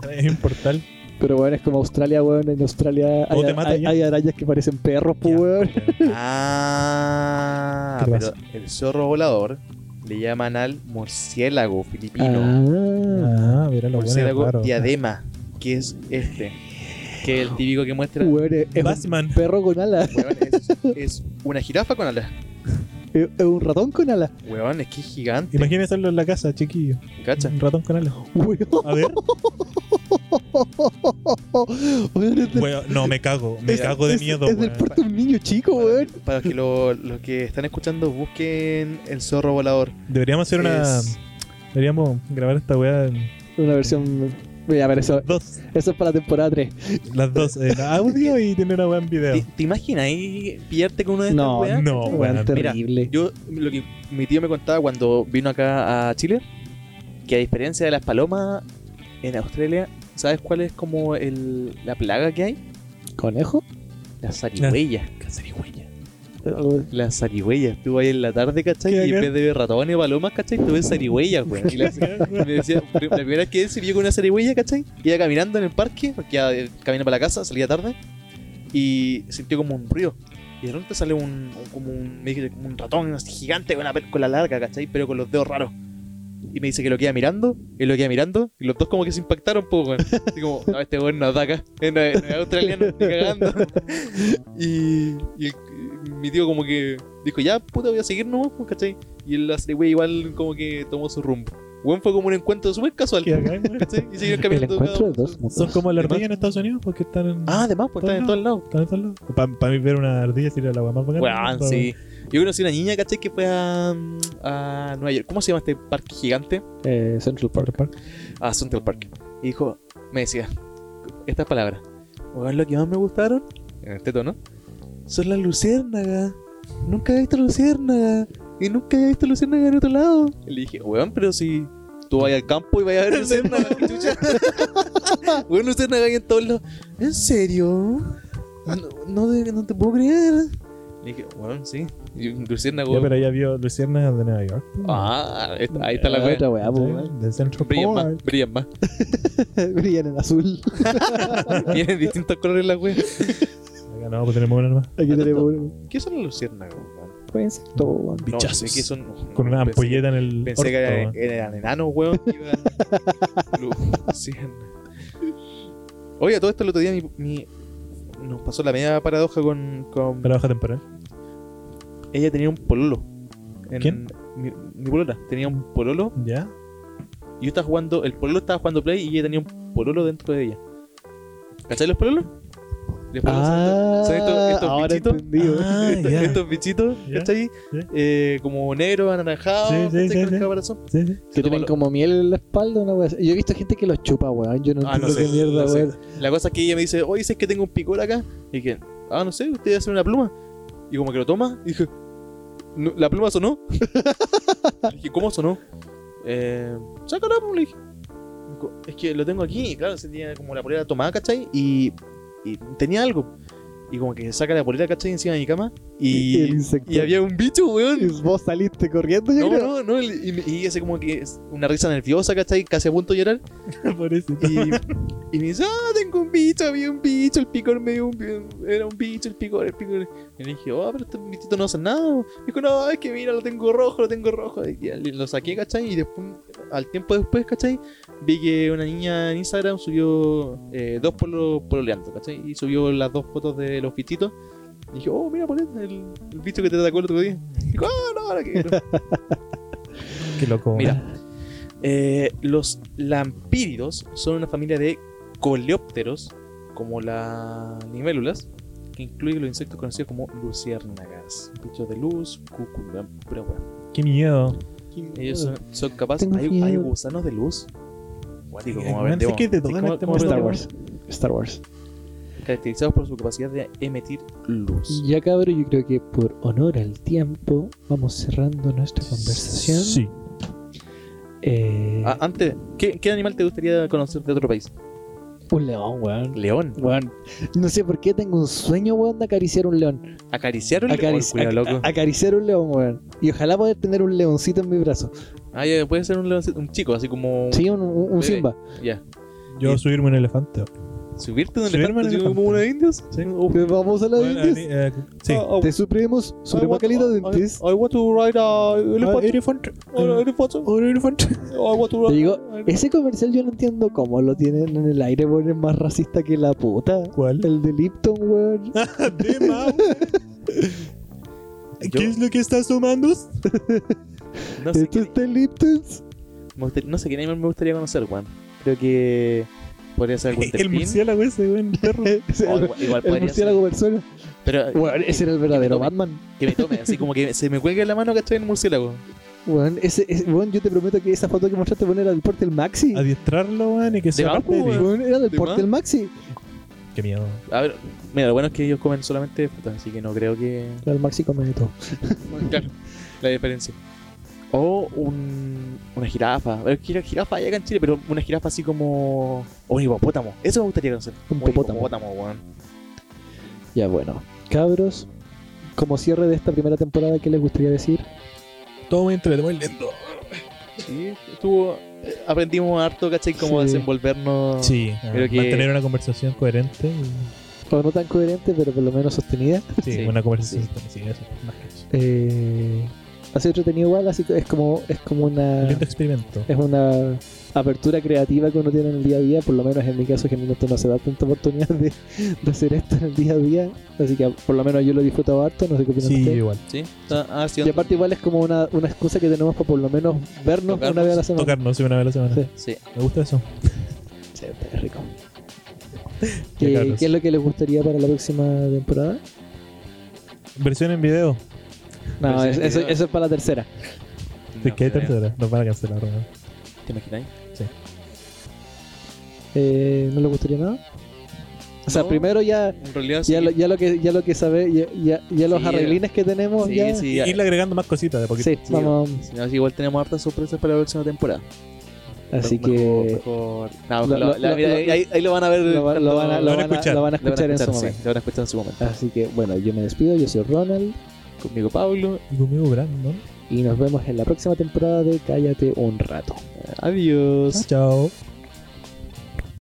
Speaker 4: Hay un portal.
Speaker 3: Pero bueno, es como Australia, weón. En Australia hay,
Speaker 4: Todo te mata
Speaker 3: hay-
Speaker 4: ya.
Speaker 3: hay arañas que parecen perros, pues,
Speaker 4: Ya,
Speaker 3: weón.
Speaker 4: weón.
Speaker 2: Ah,
Speaker 4: ¿Qué
Speaker 2: pero
Speaker 4: pasa?
Speaker 2: el zorro volador le llaman al murciélago filipino.
Speaker 3: Ah,
Speaker 4: Ah, mira la weá.
Speaker 2: murciélago
Speaker 4: claro.
Speaker 2: diadema, que es este. Que es el típico que muestra.
Speaker 3: weón, es, es un
Speaker 4: Batman.
Speaker 3: perro con alas.
Speaker 2: Weón, es, es una jirafa con alas.
Speaker 3: Es, es un ratón con alas.
Speaker 2: Weón, es que es gigante.
Speaker 4: Imagínese hacerlo en la casa, chiquillo.
Speaker 2: ¿Cacha?
Speaker 4: Un ratón con alas.
Speaker 3: Weón.
Speaker 4: A ver.
Speaker 3: Weón, es del-
Speaker 4: Weón, no, me cago. Me
Speaker 2: Es-
Speaker 4: cago de
Speaker 3: es-
Speaker 4: miedo,
Speaker 3: Es del
Speaker 4: weón.
Speaker 3: porte de un niño chico, weón.
Speaker 2: Para que lo- los que están escuchando busquen el zorro volador.
Speaker 4: Deberíamos hacer una.
Speaker 2: Es-
Speaker 4: Deberíamos grabar esta weá en
Speaker 3: Una versión. Mira, pero eso,
Speaker 4: dos.
Speaker 3: eso es para la temporada 3.
Speaker 4: Las dos. En audio y tener una weá en video.
Speaker 2: ¿Te, te imaginas ahí pillarte con uno de
Speaker 3: No,
Speaker 2: estas weas?
Speaker 4: No,
Speaker 3: Weón,
Speaker 4: weón.
Speaker 2: Mira,
Speaker 3: terrible.
Speaker 2: Yo, lo que mi tío me contaba cuando vino acá a Chile, que a diferencia de las palomas en Australia, ¿sabes cuál es como el, la plaga que hay?
Speaker 3: ¿Conejo?
Speaker 2: Las zarigüeyas. Las zarigüeyas.
Speaker 3: Algo-
Speaker 2: Las zarigüeyas. Tú ahí en la tarde, ¿cachai?
Speaker 4: ¿Qué
Speaker 2: Y en
Speaker 4: acá?
Speaker 2: vez de ver ratones y palomas, ¿cachai? Tú ves zarigüeyas, güey. Y las- y me decía, la primera vez que él se vio con una zarigüeya, ¿cachai? Iba caminando en el parque, porque ya eh, camina para la casa, salía tarde, y sintió como un ruido. Y de repente sale un, un- como, un, me dice, como un ratón así gigante con la cola larga, ¿cachai? Pero con los dedos raros. Y me dice que lo queda mirando, y lo queda mirando, y los dos como que se impactaron un poco, weón. Así como, no, este weón no ataca, eh, no, es- no es australiano, ni cagando. Y, y el- mi tío como que dijo, ya puta, voy a seguir nomás, pues, ¿cachai? Y el güey igual como que tomó su rumbo. Weón fue como un encuentro súper casual.
Speaker 4: Que acá, weón.
Speaker 2: ¿cachai? Y siguieron
Speaker 3: El
Speaker 2: caminando
Speaker 3: encuentro de
Speaker 2: cada uno.
Speaker 3: dos mundos.
Speaker 4: Son como las
Speaker 2: Además-
Speaker 4: ardillas en Estados Unidos porque están en.
Speaker 2: Ah, además, pues están en todos lados.
Speaker 4: Para mí ver una ardilla sería la weá más bacana.
Speaker 2: Weón,
Speaker 4: Pa-
Speaker 2: sí. Yo conocí una niña, ¿cachai? Que fue a, a Nueva York. ¿Cómo se llama este parque gigante?
Speaker 3: Eh, Central
Speaker 4: Por
Speaker 3: Park.
Speaker 4: el parque.
Speaker 2: A Central Park. Y dijo, me decía, estas palabras. Weón, lo que más me gustaron, en este tono, son las luciérnagas. Nunca había visto luciérnagas. Y nunca había visto luciérnagas en otro lado. Y le dije, weón, pero si tú vas al campo y vas a ver luciérnagas, chucha. weón, luciérnagas hay en todos lados. ¿En serio? No, no, de- no te puedo creer. Le dije, weón, sí. Y un luciérnago.
Speaker 4: Ya, pero ella vio Lucierna de Nueva York.
Speaker 2: Ah, esta- ahí está la
Speaker 3: Ah,
Speaker 2: weón.
Speaker 3: otra weá,
Speaker 4: ¿Sí?
Speaker 3: pues, weón.
Speaker 4: De Central
Speaker 2: Brillan más,
Speaker 4: Park.
Speaker 2: brillan más.
Speaker 3: Brillan en azul.
Speaker 2: Tienen distintos colores las weas.
Speaker 4: Acá no, pues tenemos una más.
Speaker 3: Aquí tenemos uno.
Speaker 2: ¿Qué son los luciérnagas? weón?
Speaker 3: Pueden ser todo, weón.
Speaker 4: Bichazos.
Speaker 2: No, sé qué son.
Speaker 4: Con una
Speaker 2: Pensé-
Speaker 4: ampolleta en el.
Speaker 2: Pensé
Speaker 4: orto,
Speaker 2: que eran,
Speaker 4: weón.
Speaker 2: eran enanos, weón. que iban- Luciérnagas. Oye, todo esto el otro día mi, mi- nos pasó la media paradoja con. con-
Speaker 4: Para baja temporal.
Speaker 2: Ella tenía un pololo. En-
Speaker 4: ¿Quién?
Speaker 2: Mi, mi polola. Tenía un pololo.
Speaker 4: ¿Ya?
Speaker 2: Y yo estaba jugando. El pololo estaba jugando play y ella tenía un pololo dentro de ella. ¿Cachai los pololos? Los pololos son estos-
Speaker 3: Ah,
Speaker 2: son estos- estos
Speaker 3: ahora
Speaker 2: bichitos.
Speaker 3: entendí, weón.
Speaker 4: Ah,
Speaker 2: Estos-
Speaker 4: ya.
Speaker 2: Estos bichitos,
Speaker 4: Ya,
Speaker 2: ¿cachai?
Speaker 4: ya.
Speaker 2: Eh, como negro, anaranjado,
Speaker 4: Sí, sí,
Speaker 2: ¿cachai?
Speaker 4: sí,
Speaker 2: con el
Speaker 4: sí.
Speaker 2: caparazón.
Speaker 4: Sí, sí.
Speaker 3: Que tienen como miel en la espalda, una weá. así. Yo he visto gente que los chupa, weón. Yo no
Speaker 2: Ah,
Speaker 3: entiendo
Speaker 2: no sé,
Speaker 3: qué mierda,
Speaker 2: no sé.
Speaker 3: weón.
Speaker 2: La cosa es que ella me dice, oye, ¿sabes que tengo un picor acá? Y dije, ah, no sé, usted hace una pluma. Y como que lo toma, y dije, "No, ¿la pluma sonó? Le dije, ¿cómo sonó? Eh, sácala, pues", le dije. Dijo, Es que lo tengo aquí, y claro, se tenía como la polera tomada, ¿cachai? Y, y tenía algo. Y como que saca la polera, ¿cachai? Encima de mi cama.
Speaker 3: Y el
Speaker 2: Y,
Speaker 3: insecto.
Speaker 2: y había un bicho, weón.
Speaker 3: Y vos saliste corriendo, yo
Speaker 2: No,
Speaker 3: creo.
Speaker 2: no, no, y, me- y hace como que es una risa nerviosa, ¿cachai? Casi a punto de llorar.
Speaker 4: Pobrecito.
Speaker 2: Y, y me dice, ah, tengo un bicho, había un bicho, el picor me dio un bi- era un bicho, el picor, el picor. Y le dije, oh, pero estos bichitos no hacen nada. Dijo, no, es que mira, lo tengo rojo, lo tengo rojo. Y ya le- lo saqué, ¿cachai? Y después, al tiempo después, ¿cachai? Vi que una niña en Instagram subió eh, dos polos pololeando, ¿cachai? Y subió las dos fotos de los bichitos. Y dije, oh, mira, por el, el bicho que te atacó el otro día. Dijo, ah, no, ahora que...
Speaker 4: Qué loco. weón.
Speaker 2: Mira, eh, los lampíridos son una familia de coleópteros, como las libélulas, que incluye los insectos conocidos como luciérnagas, bichos de luz, cúcula, pura hueá.
Speaker 4: Qué miedo.
Speaker 2: Ellos son, son capaces.
Speaker 3: Tengo
Speaker 2: Hay,
Speaker 3: miedo.
Speaker 2: hay gusanos de luz. Guático,
Speaker 4: Ay,
Speaker 2: como
Speaker 4: weón, sé
Speaker 2: vendemos.
Speaker 4: que te
Speaker 2: Sí,
Speaker 4: tocan
Speaker 2: como-
Speaker 4: este
Speaker 2: como
Speaker 4: mundo,
Speaker 3: Star
Speaker 2: vendemos.
Speaker 3: Wars. Star Wars.
Speaker 2: caracterizados por su capacidad de emitir luz.
Speaker 3: Ya cabrón, yo creo que por honor al tiempo vamos cerrando nuestra conversación.
Speaker 4: Sí.
Speaker 3: Eh,
Speaker 2: Ah, antes, ¿qué, qué animal te gustaría conocer de otro país?
Speaker 3: Un león, weón.
Speaker 2: León.
Speaker 3: Weón. No sé por qué tengo un sueño, weón, de acariciar un león.
Speaker 2: Acariciar un león.
Speaker 3: Acarici-
Speaker 2: Oh, culiao,
Speaker 3: ac-
Speaker 2: loco.
Speaker 3: a- acariciar un león, weón. Y ojalá poder tener un leoncito en mi brazo.
Speaker 2: Ah, ya, puede ser un león, un chico, así como.
Speaker 3: Sí, un, un- un
Speaker 2: Bebé.
Speaker 3: Simba.
Speaker 2: Ya.
Speaker 4: Yo
Speaker 2: Bien.
Speaker 4: subirme un elefante.
Speaker 2: Subirte en un
Speaker 4: Subirme
Speaker 2: elefante,
Speaker 4: en
Speaker 2: así como
Speaker 4: elefante.
Speaker 2: uno de indios.
Speaker 4: Sí.
Speaker 3: Vamos a la
Speaker 4: Bueno,
Speaker 3: Indias.
Speaker 4: ani- eh, sí.
Speaker 2: Ah, ah,
Speaker 3: Te supremos, suprema calidad de antes.
Speaker 2: I want to ride a
Speaker 4: Ah,
Speaker 2: elephant.
Speaker 4: elefante.
Speaker 2: a elephant.
Speaker 4: Un elefante.
Speaker 2: I want to
Speaker 3: Te
Speaker 2: ride.
Speaker 3: digo, ese comercial yo no entiendo cómo lo tienen en el aire, weón. Es más racista que la puta.
Speaker 4: ¿Cuál?
Speaker 3: El de Lipton, weón.
Speaker 2: Ah,
Speaker 4: De Mau.
Speaker 2: Yo-
Speaker 4: ¿Qué es lo que estás tomando?
Speaker 2: No sé,
Speaker 3: Esto
Speaker 2: qué,
Speaker 3: está en Este Lipton.
Speaker 2: me gustaría- no sé qué animal me gustaría conocer, Juan. Creo que. Podría ser algún
Speaker 4: El
Speaker 2: delfín.
Speaker 4: murciélago ese, güey, el perro.
Speaker 2: O
Speaker 3: El,
Speaker 2: igual, igual
Speaker 3: el
Speaker 2: podría ser.
Speaker 3: murciélago persona.
Speaker 2: Pero
Speaker 3: Weón, ese era el verdadero
Speaker 2: tome.
Speaker 3: Batman.
Speaker 2: que me tome, así como que se me cuelgue en la mano que estoy en el murciélago.
Speaker 3: Weón, ese, ese- weón, yo te prometo que esa foto que mostraste, weón, era del porte del Maxi.
Speaker 4: Adiestrarlo, weón, y que sea
Speaker 2: Mau,
Speaker 4: parte de ti.
Speaker 2: weón.
Speaker 3: Weón, era del
Speaker 2: ¿De
Speaker 3: porte
Speaker 2: más?
Speaker 3: del Maxi.
Speaker 4: Qué miedo.
Speaker 2: A ver, mira, lo bueno es que ellos comen solamente frutas, así que no creo que.
Speaker 3: El Maxi come de todo.
Speaker 2: Claro, la diferencia. O un, una jirafa. A ver, que la jirafa hay acá en Chile, pero una jirafa así como. O un hipopótamo. Eso me gustaría conocer.
Speaker 3: Un hipopótamo.
Speaker 2: hipopótamo, weón.
Speaker 3: Ya bueno, cabros, como cierre de esta primera temporada, ¿qué les gustaría decir?
Speaker 4: Todo muy entretenido, muy lento.
Speaker 2: Sí, estuvo. eh, Aprendimos harto, ¿cachai? Cómo
Speaker 3: Sí.
Speaker 2: desenvolvernos.
Speaker 4: Sí, eh,
Speaker 2: creo que-
Speaker 4: mantener una conversación coherente. y-
Speaker 3: O no tan coherente, pero por lo menos sostenida.
Speaker 4: Sí,
Speaker 2: Sí,
Speaker 4: una conversación. Sí, eso, más que eso.
Speaker 3: Eh, ha sido entretenido igual, así que es como, es como una,
Speaker 4: Lindo experimento.
Speaker 3: es una apertura creativa que uno tiene en el día a día, por lo menos en mi caso generalmente no se da tanta oportunidad de, de hacer esto en el día a día, así que por lo menos yo lo he disfrutado harto, no sé qué opinan
Speaker 4: Sí, yo
Speaker 3: ustedes.
Speaker 4: igual.
Speaker 2: Sí, está
Speaker 3: Y
Speaker 2: haciendo.
Speaker 3: aparte igual es como una, una excusa que tenemos para por lo menos vernos
Speaker 2: Tocarnos,
Speaker 3: una vez a la semana.
Speaker 4: Tocarnos sí, una vez a la semana.
Speaker 3: Sí.
Speaker 2: Sí.
Speaker 4: Me gusta eso.
Speaker 3: Sí, está rico. Eh,
Speaker 4: Ya,
Speaker 3: ¿Qué,
Speaker 4: cabros.
Speaker 3: qué es lo que les gustaría para la próxima temporada?
Speaker 4: Versión en video.
Speaker 3: No,
Speaker 2: Pero
Speaker 3: es-
Speaker 2: sí,
Speaker 3: eso,
Speaker 2: video.
Speaker 3: eso es para la tercera.
Speaker 4: Sí,
Speaker 2: No,
Speaker 4: que hay
Speaker 2: creo.
Speaker 4: tercera. Nos van a cancelar, weón.
Speaker 2: ¿Te imagináis?
Speaker 3: Eh, ¿No les gustaría nada? O sea,
Speaker 2: No.
Speaker 3: primero ya,
Speaker 2: En realidad sí.
Speaker 3: ya, lo, ya lo que ya lo que sabe, ya, ya, ya los
Speaker 2: Sí,
Speaker 3: arreglines que tenemos
Speaker 2: sí,
Speaker 3: ya.
Speaker 2: sí,
Speaker 4: Y
Speaker 2: ya.
Speaker 4: irle agregando más cositas de poquito.
Speaker 3: Sí,
Speaker 2: sí,
Speaker 3: vamos.
Speaker 2: Si no, sí, igual tenemos hartas sorpresas para la próxima temporada.
Speaker 3: Así
Speaker 2: Mejor-
Speaker 3: que
Speaker 2: mejor- no,
Speaker 3: Lo-
Speaker 2: lo-
Speaker 3: lo-
Speaker 2: la-
Speaker 3: lo-
Speaker 2: mira,
Speaker 3: lo-
Speaker 2: ahí, ahí lo van a ver.
Speaker 3: lo, va- lo van a, lo
Speaker 4: lo van a
Speaker 3: van a-
Speaker 4: escuchar.
Speaker 3: lo van a
Speaker 2: lo van
Speaker 3: escuchar en su
Speaker 2: sí,
Speaker 3: momento.
Speaker 2: lo van a escuchar en su momento.
Speaker 3: Así que bueno, yo me despido, yo soy Ronald
Speaker 2: Conmigo Pablo.
Speaker 4: Y conmigo, Brandon.
Speaker 3: y nos vemos en la próxima temporada de Cállate un rato.
Speaker 2: Adiós.
Speaker 4: Chao.